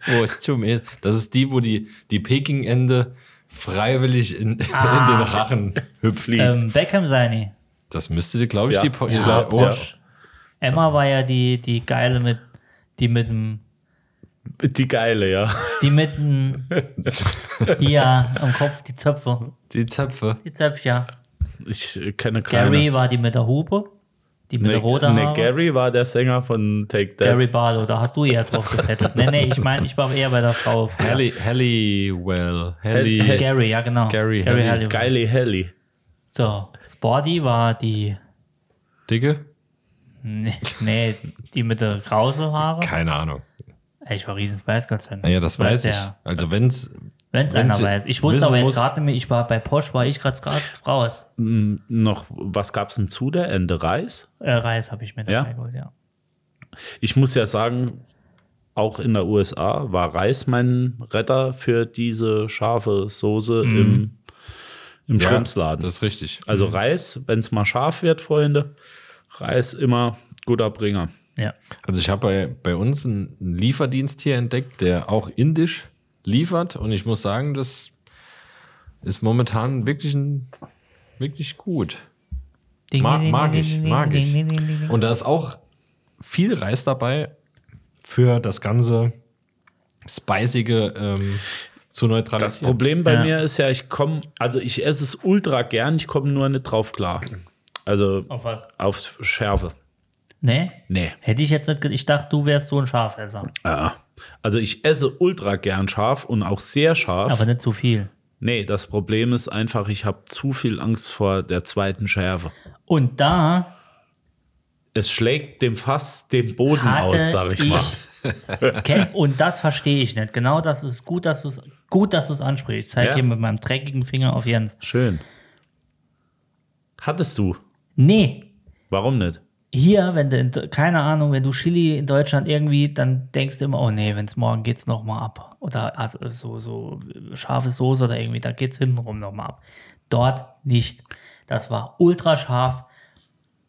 [SPEAKER 6] Oh, ist too me. Das ist die, wo die, die Peking-Ende freiwillig in, <laughs> in den Rachen hüpft.
[SPEAKER 1] ähm, Beckham seine.
[SPEAKER 6] Das müsste, glaube ich,
[SPEAKER 2] Ja,
[SPEAKER 6] die po
[SPEAKER 2] ich
[SPEAKER 6] ja,
[SPEAKER 2] glaub,
[SPEAKER 6] oh,
[SPEAKER 1] Porsche. Emma war ja die, die geile mit. Die mit dem.
[SPEAKER 2] Die geile, ja.
[SPEAKER 1] Die mit
[SPEAKER 2] <laughs>
[SPEAKER 1] dem. hier am Kopf, die Zöpfe.
[SPEAKER 6] Die Zöpfe.
[SPEAKER 1] Die Zöpfe, ja.
[SPEAKER 2] Ich äh, kenne keine.
[SPEAKER 1] Gary war die mit der Hupe. die mit der roter
[SPEAKER 2] nee,
[SPEAKER 1] Haare.
[SPEAKER 2] Gary war der Sänger von Take That.
[SPEAKER 1] Gary Barlow, da hast du eher drauf gebettelt. nee, nee, ich meine, ich war eher bei der Frau.
[SPEAKER 6] Halli, Halliwell.
[SPEAKER 2] Hall-
[SPEAKER 6] Halli.
[SPEAKER 1] Gary, ja genau.
[SPEAKER 6] Gary Halli-
[SPEAKER 1] Halliwell.
[SPEAKER 2] Geile Helly.
[SPEAKER 1] So, Sporty war die,
[SPEAKER 6] Dicke?
[SPEAKER 1] nee, nee, die mit der krause Haare.
[SPEAKER 6] Keine Ahnung.
[SPEAKER 1] Ey, ich war riesen Spice Girls Fan.
[SPEAKER 6] Naja, das weiß ich.
[SPEAKER 1] ja.
[SPEAKER 6] Also wenn's.
[SPEAKER 1] Wenn es
[SPEAKER 6] Wenn
[SPEAKER 1] einer
[SPEAKER 6] sie
[SPEAKER 1] weiß. Ich wusste
[SPEAKER 6] wissen
[SPEAKER 1] aber jetzt
[SPEAKER 6] muss-
[SPEAKER 1] gerade nicht mehr, ich war bei Porsche, war ich gerade raus.
[SPEAKER 2] Hm, Noch, was gab's denn zu der Ende? Reis?
[SPEAKER 1] Äh, Reis habe ich mir dabei
[SPEAKER 2] Ja?
[SPEAKER 1] geholt, ja.
[SPEAKER 2] Ich muss ja sagen, auch in der USA war Reis mein Retter für diese scharfe Soße
[SPEAKER 1] Mhm.
[SPEAKER 2] im, im
[SPEAKER 6] Ja,
[SPEAKER 2] Schrumpsladen.
[SPEAKER 6] Das ist richtig.
[SPEAKER 2] Also Reis, wenn es mal scharf wird, Freunde, Reis immer guter Bringer.
[SPEAKER 1] Ja.
[SPEAKER 6] Also ich habe bei, bei uns einen einen Lieferdienst hier entdeckt, der auch indisch liefert. Und ich muss sagen, das ist momentan wirklich, ein, wirklich gut.
[SPEAKER 1] Ding,
[SPEAKER 6] Ma
[SPEAKER 1] ding,
[SPEAKER 6] mag
[SPEAKER 1] ding,
[SPEAKER 6] ich,
[SPEAKER 1] ding,
[SPEAKER 6] mag
[SPEAKER 1] ding,
[SPEAKER 6] ich.
[SPEAKER 1] ding, ding, ding, ding.
[SPEAKER 6] Und da ist auch viel Reis dabei für das ganze spicige ähm, zu neutralisieren.
[SPEAKER 2] Das Problem bei
[SPEAKER 1] Ja.
[SPEAKER 2] mir ist ja, ich komme, also ich esse es ultra gern, ich komme nur nicht drauf klar. Also
[SPEAKER 1] Auf was?
[SPEAKER 2] auf Schärfe.
[SPEAKER 1] Nee?
[SPEAKER 2] Nee.
[SPEAKER 1] Hätte ich jetzt nicht, ge- ich dachte, du wärst so ein Schafesser.
[SPEAKER 2] Ja. Also ich esse ultra gern scharf und auch sehr scharf.
[SPEAKER 1] Aber nicht zu viel.
[SPEAKER 2] nee, das Problem ist einfach, ich habe zu viel Angst vor der zweiten Schärfe.
[SPEAKER 1] Und da
[SPEAKER 2] Es schlägt dem Fass den Boden
[SPEAKER 1] hatte
[SPEAKER 2] aus, sag ich, mal.
[SPEAKER 1] Okay, und das verstehe ich nicht. Genau das ist gut, dass es gut, dass du es ansprichst. Ich zeige
[SPEAKER 2] Ja.
[SPEAKER 1] hier mit meinem dreckigen Finger auf Jens.
[SPEAKER 2] Schön. Hattest du?
[SPEAKER 1] Nee,
[SPEAKER 2] Warum nicht?
[SPEAKER 1] hier, wenn du, in, keine Ahnung, wenn du Chili in Deutschland irgendwie, dann denkst du immer, oh nee, wenn es morgen geht's nochmal ab. Oder also, so, so scharfe Soße oder irgendwie, da geht's hintenrum nochmal ab. Dort nicht. Das war ultra scharf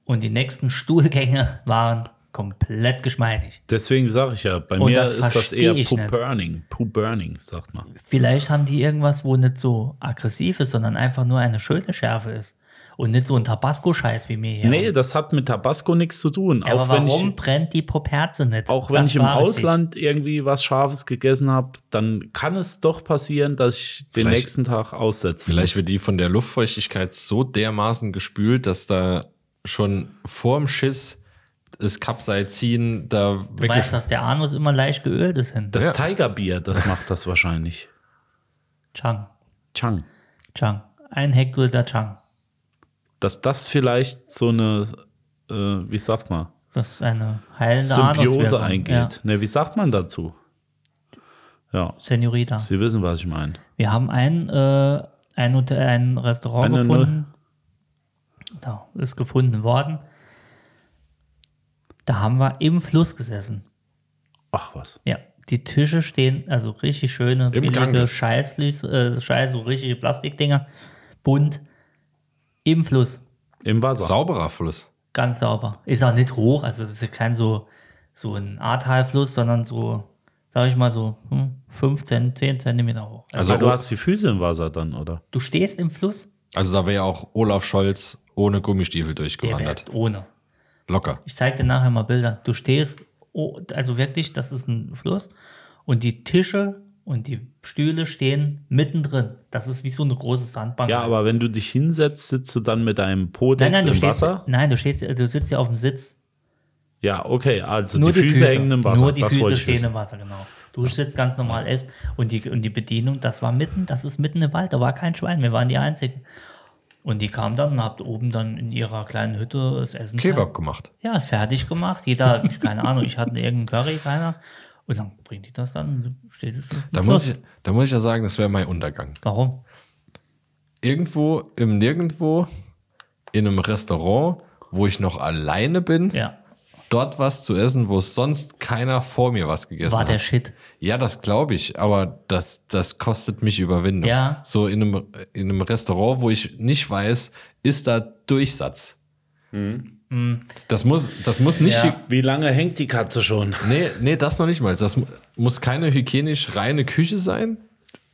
[SPEAKER 1] und die nächsten Stuhlgänge <laughs> waren komplett geschmeidig.
[SPEAKER 2] Deswegen sage ich ja, bei
[SPEAKER 1] Und
[SPEAKER 2] mir
[SPEAKER 1] das
[SPEAKER 2] ist das
[SPEAKER 1] versteh
[SPEAKER 2] eher
[SPEAKER 1] ich
[SPEAKER 2] Poo
[SPEAKER 1] nicht.
[SPEAKER 2] Burning. Poo Burning, sagt man.
[SPEAKER 1] Vielleicht haben die irgendwas, wo nicht so aggressiv ist, sondern einfach nur eine schöne Schärfe ist. Und nicht so ein Tabasco-Scheiß wie mir hier.
[SPEAKER 2] Nee, das hat mit Tabasco nichts zu tun.
[SPEAKER 1] Aber
[SPEAKER 2] auch wenn
[SPEAKER 1] warum
[SPEAKER 2] ich,
[SPEAKER 1] brennt die Poperze nicht?
[SPEAKER 2] auch wenn
[SPEAKER 1] Das
[SPEAKER 2] ich im
[SPEAKER 1] war richtig.
[SPEAKER 2] Ausland irgendwie was Scharfes gegessen habe, dann kann es doch passieren, dass ich den
[SPEAKER 6] Vielleicht-
[SPEAKER 2] nächsten Tag aussetze.
[SPEAKER 6] Vielleicht wird die von der Luftfeuchtigkeit so dermaßen gespült, dass da schon vorm Schiss das Capsaicin da
[SPEAKER 1] Du weißt,
[SPEAKER 6] weggeschmissen
[SPEAKER 1] dass der Anus immer leicht geölt ist hin.
[SPEAKER 2] Das
[SPEAKER 6] Ja.
[SPEAKER 2] Tigerbier, das macht das wahrscheinlich.
[SPEAKER 1] Chang.
[SPEAKER 2] Chang.
[SPEAKER 1] Chang. Ein Hektoliter Chang.
[SPEAKER 2] Dass das vielleicht so eine, äh, wie sagt man,
[SPEAKER 1] Das ist eine heilende
[SPEAKER 2] Symbiose
[SPEAKER 1] Anuswirkung.
[SPEAKER 2] eingeht. Ne, wie sagt man dazu? Ja,
[SPEAKER 1] Ja. Senorita.
[SPEAKER 2] Sie wissen, was ich meine.
[SPEAKER 1] Wir haben ein, äh, ein, Hotel, ein Restaurant
[SPEAKER 2] Eine
[SPEAKER 1] gefunden. Da ist gefunden worden. Da haben wir im Fluss gesessen.
[SPEAKER 2] Ach was.
[SPEAKER 1] Ja, die Tische stehen, also richtig schöne, billige
[SPEAKER 6] Ganges.
[SPEAKER 1] Scheißflies, äh, Scheiß, so richtige Plastikdinger, bunt, im Fluss,
[SPEAKER 2] Im Wasser.
[SPEAKER 6] Sauberer Fluss.
[SPEAKER 1] ganz sauber. Ist auch nicht hoch, also es ist ja kein so, so ein Ahrtalfluss, sondern so, sag ich mal so, hm, 15, 10 Zentimeter hoch.
[SPEAKER 6] Also,
[SPEAKER 2] Aber du hast die Füße im Wasser dann, oder?
[SPEAKER 1] Du stehst im Fluss,
[SPEAKER 6] also da wäre ja auch Olaf Scholz ohne Gummistiefel
[SPEAKER 1] der wär
[SPEAKER 6] durchgewandert.
[SPEAKER 1] ohne.
[SPEAKER 6] Locker.
[SPEAKER 1] Ich zeig dir nachher mal Bilder. Du stehst, oh, also wirklich, das ist ein Fluss und die Tische und die Stühle stehen mittendrin. Das ist wie so eine große Sandbank.
[SPEAKER 2] Ja, aber wenn du dich hinsetzt, sitzt du dann mit deinem Po
[SPEAKER 1] Nein, nein, du
[SPEAKER 2] im
[SPEAKER 1] stehst,
[SPEAKER 2] Wasser?
[SPEAKER 1] nein, du stehst, du sitzt ja auf dem Sitz.
[SPEAKER 2] Ja, okay, also die, Füße, hängen im Wasser.
[SPEAKER 1] Nur die
[SPEAKER 2] das
[SPEAKER 1] Füße
[SPEAKER 2] wollte ich
[SPEAKER 1] stehen
[SPEAKER 2] wissen.
[SPEAKER 1] im Wasser, genau. Du sitzt ganz normal isst und die, und die Bedienung, das war mitten, das ist mitten im Wald, da war kein Schwein, wir waren die Einzigen. Und die kamen dann und habt oben dann in ihrer kleinen Hütte das Essen.
[SPEAKER 6] Kebab gemacht.
[SPEAKER 1] Ja, ist fertig gemacht. Jeder, <laughs> ich, keine Ahnung, ich hatte irgendeinen Curry, keiner. Und dann bringt die das dann, und steht es.
[SPEAKER 6] Da muss, ich, da muss ich ja sagen, das wäre mein Untergang.
[SPEAKER 1] Warum?
[SPEAKER 6] irgendwo im Nirgendwo in einem Restaurant, wo ich noch alleine bin,
[SPEAKER 1] Ja,
[SPEAKER 6] dort was zu essen, wo sonst keiner vor mir was gegessen
[SPEAKER 1] war
[SPEAKER 6] hat.
[SPEAKER 1] der Shit.
[SPEAKER 6] ja, das glaube ich, aber das, das kostet mich Überwindung.
[SPEAKER 1] Ja.
[SPEAKER 6] So in einem, in einem Restaurant, wo ich nicht weiß, ist da Durchsatz. Das muss, das muss nicht,
[SPEAKER 1] Mhm. Ja.
[SPEAKER 2] Wie lange hängt die Katze schon?
[SPEAKER 6] Nee, nee, das noch nicht mal. Das mu- muss keine hygienisch reine Küche sein.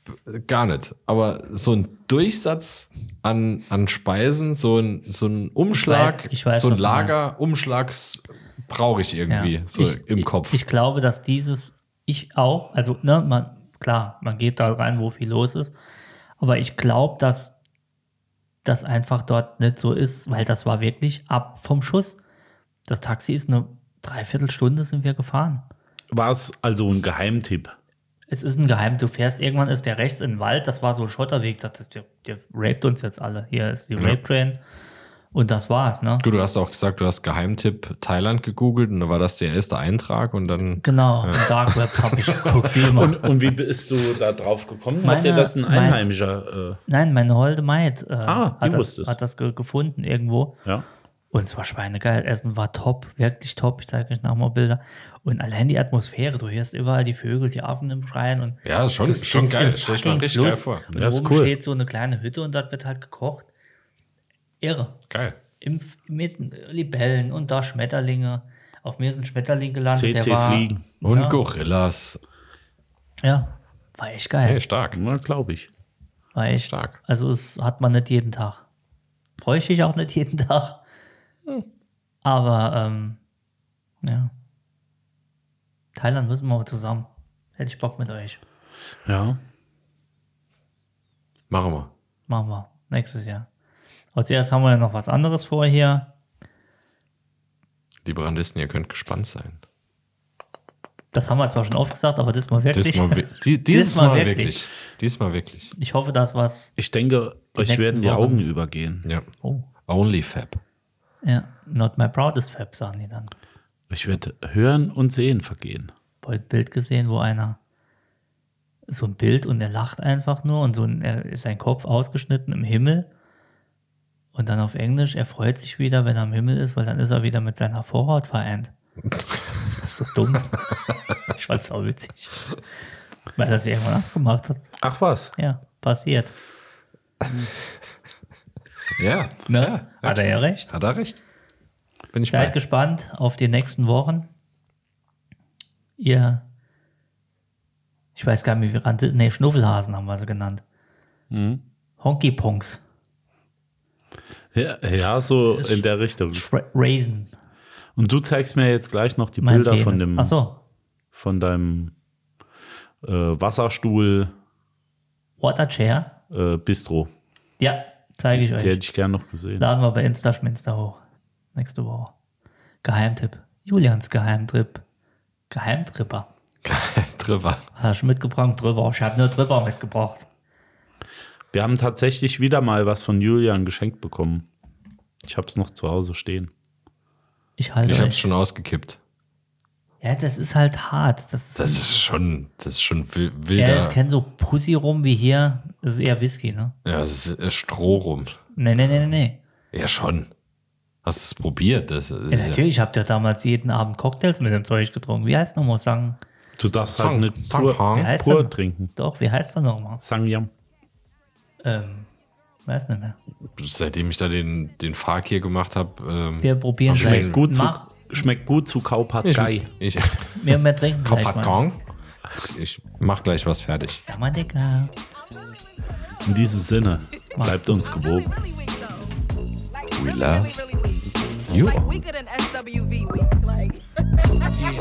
[SPEAKER 6] B- Gar nicht. Aber so ein Durchsatz an, an Speisen, so ein, so ein Umschlag,
[SPEAKER 1] ich weiß,
[SPEAKER 6] so ein
[SPEAKER 1] was du meinst.
[SPEAKER 6] Lagerumschlag brauche ich irgendwie
[SPEAKER 1] Ja.
[SPEAKER 6] so
[SPEAKER 1] ich,
[SPEAKER 6] im Kopf.
[SPEAKER 1] Ich, ich glaube, dass dieses, ich auch, also, ne, man, klar, man geht da rein, wo viel los ist, aber ich glaube, dass das einfach dort nicht so ist, weil das war wirklich ab vom Schuss. Das Taxi ist eine Dreiviertelstunde sind wir gefahren.
[SPEAKER 2] War es also ein Geheimtipp?
[SPEAKER 1] Es ist ein Geheim. Du fährst irgendwann ist der rechts in den Wald. Das war so ein Schotterweg. Das, das, der, der raped uns jetzt alle. Hier ist die Rape Train. Und das war's, ne?
[SPEAKER 6] Gut, du hast auch gesagt, du hast Geheimtipp Thailand gegoogelt und da war das der erste Eintrag und dann
[SPEAKER 1] Genau. Im Dark Web habe
[SPEAKER 6] <laughs>
[SPEAKER 1] ich geguckt, wie immer.
[SPEAKER 2] Und, und wie bist du da drauf gekommen? Hat
[SPEAKER 1] Meine-
[SPEAKER 2] dir das ein
[SPEAKER 1] mein-
[SPEAKER 2] Einheimischer? äh,
[SPEAKER 1] Nein, meine holde Maid äh,
[SPEAKER 2] Ah, die
[SPEAKER 1] hat, das,
[SPEAKER 2] wusste es.
[SPEAKER 1] hat das ge gefunden irgendwo.
[SPEAKER 2] Äh, ja.
[SPEAKER 1] Und es war schweinegeil. Essen war top, wirklich top. Ich zeige euch nochmal Bilder. Und allein die Atmosphäre. Du hörst überall die Vögel, die Affen im Schreien. Und
[SPEAKER 6] Ja, ist schon-
[SPEAKER 1] du
[SPEAKER 6] ist
[SPEAKER 1] sitzt
[SPEAKER 6] schon geil.
[SPEAKER 1] im
[SPEAKER 6] Stell ich mir
[SPEAKER 1] fucking
[SPEAKER 6] richtig geil
[SPEAKER 1] Fluss.
[SPEAKER 6] vor.
[SPEAKER 1] Und
[SPEAKER 2] Ja, ist
[SPEAKER 1] oben
[SPEAKER 2] cool.
[SPEAKER 1] steht so eine kleine Hütte und dort wird halt gekocht. Irre.
[SPEAKER 6] geil.
[SPEAKER 1] Im, F- mitten Libellen und da Schmetterlinge. Auf mir ist ein Schmetterling gelandet.
[SPEAKER 2] CC
[SPEAKER 1] der war,
[SPEAKER 2] fliegen.
[SPEAKER 6] Und
[SPEAKER 1] Ja.
[SPEAKER 6] Gorillas.
[SPEAKER 1] Ja, war echt geil.
[SPEAKER 6] Hey, stark.
[SPEAKER 2] Na, glaube ich.
[SPEAKER 1] War echt.
[SPEAKER 6] Stark.
[SPEAKER 1] Also es hat man nicht jeden Tag. Bräuchte ich auch nicht <laughs> jeden Tag.
[SPEAKER 6] Hm.
[SPEAKER 1] Aber ähm, ja. Thailand müssen wir mal zusammen. Hätte ich Bock mit euch.
[SPEAKER 2] Ja.
[SPEAKER 6] Machen wir.
[SPEAKER 1] Machen wir. Nächstes Jahr. Als erstes haben wir ja noch was anderes vor hier.
[SPEAKER 6] Die Brandisten, ihr könnt gespannt sein.
[SPEAKER 1] Das haben wir zwar schon oft gesagt, aber diesmal wirklich.
[SPEAKER 6] Diesmal, wi- die, dieses Mal wirklich. Diesmal wirklich.
[SPEAKER 1] <laughs> Ich hoffe, dass was.
[SPEAKER 2] Ich denke, euch
[SPEAKER 1] nächsten
[SPEAKER 2] werden die
[SPEAKER 1] Wochen.
[SPEAKER 2] Augen übergehen.
[SPEAKER 6] Ja.
[SPEAKER 1] Oh.
[SPEAKER 6] Only Fab.
[SPEAKER 1] Ja. Not my proudest Fab, sagen die dann.
[SPEAKER 2] Ich werde hören und sehen vergehen.
[SPEAKER 1] heute ein Bild gesehen, wo einer so ein Bild und er lacht einfach nur und so ein, er ist sein Kopf ausgeschnitten im Himmel. Und dann auf Englisch, er freut sich wieder, wenn er im Himmel ist, weil dann ist er wieder mit seiner Vorhaut vereint. Das ist so dumm. ich fand's auch witzig. Weil das irgendwann abgemacht hat.
[SPEAKER 2] Ach was.
[SPEAKER 1] Ja, passiert.
[SPEAKER 6] Ja.
[SPEAKER 1] Ne? Hat er ja recht.
[SPEAKER 6] Hat er recht? Bin ich
[SPEAKER 1] Seid
[SPEAKER 6] bei.
[SPEAKER 1] gespannt auf die nächsten Wochen. Ihr, ich weiß gar nicht, wie wir rannte, nee, Schnuffelhasen haben wir sie genannt.
[SPEAKER 2] Mhm.
[SPEAKER 1] Honky Ponks,
[SPEAKER 2] Ja, ja so in der Richtung.
[SPEAKER 1] Tra- Raisin,
[SPEAKER 2] Und du zeigst mir jetzt gleich noch die
[SPEAKER 1] mein
[SPEAKER 2] Bilder
[SPEAKER 1] Penis.
[SPEAKER 2] von dem,
[SPEAKER 1] Ach so,
[SPEAKER 2] von deinem äh, Wasserstuhl
[SPEAKER 1] Waterchair.
[SPEAKER 2] äh, Bistro.
[SPEAKER 1] Ja, zeige ich
[SPEAKER 2] Die
[SPEAKER 1] euch.
[SPEAKER 2] hätte ich gern noch gesehen.
[SPEAKER 1] Laden wir bei Insta Schminster hoch. Nächste Woche. Geheimtipp. Julians Geheimtrip. Geheimtripper.
[SPEAKER 6] <laughs> Trevor.
[SPEAKER 1] Hast du mitgebracht? Drüber. Ich habe nur Drüber mitgebracht.
[SPEAKER 2] Wir haben tatsächlich wieder mal was von Julian geschenkt bekommen. Ich habe es noch zu Hause stehen.
[SPEAKER 1] Ich halte
[SPEAKER 6] Ich
[SPEAKER 1] euch.
[SPEAKER 6] hab's schon ausgekippt.
[SPEAKER 1] Ja, das ist halt hart. Das ist
[SPEAKER 6] Das ist schon, das ist schon wil-
[SPEAKER 1] Ja,
[SPEAKER 6] wilder.
[SPEAKER 1] es kennen so Pussy rum wie hier. Das ist eher Whisky, ne?
[SPEAKER 6] Ja, das ist äh, Stroh rum.
[SPEAKER 1] Nee, nee, nee, nee, nee.
[SPEAKER 6] Ja, schon. Hast du es probiert? Das ist
[SPEAKER 1] Ja,
[SPEAKER 6] ja-
[SPEAKER 1] natürlich habt ihr damals jeden Abend Cocktails mit dem Zeug getrunken. Wie heißt nochmal Sang?
[SPEAKER 2] Du darfst halt
[SPEAKER 6] Song-
[SPEAKER 2] nicht
[SPEAKER 6] Song-
[SPEAKER 2] pur,
[SPEAKER 6] Song.
[SPEAKER 1] Wie heißt
[SPEAKER 2] pur
[SPEAKER 1] denn?
[SPEAKER 2] trinken.
[SPEAKER 1] Doch, wie heißt er nochmal?
[SPEAKER 2] Sangyam.
[SPEAKER 1] Ähm, weiß nicht mehr.
[SPEAKER 6] Seitdem ich da den, den Fark hier gemacht habe, ähm,
[SPEAKER 1] Wir probieren
[SPEAKER 6] Schmeckt
[SPEAKER 1] gleich.
[SPEAKER 2] Gut zu,
[SPEAKER 1] Mach,
[SPEAKER 2] schmeckt gut zu Kaupad
[SPEAKER 6] ich,
[SPEAKER 2] Gai.
[SPEAKER 6] ich,
[SPEAKER 1] wir, wir trinken gleich mal.
[SPEAKER 6] Kopakong. Ich, ich mach gleich was fertig.
[SPEAKER 1] Sag mal, Digga.
[SPEAKER 2] In diesem Sinne, bleibt uns gewogen.
[SPEAKER 6] We love you.
[SPEAKER 4] Like weaker than SWV week. Like.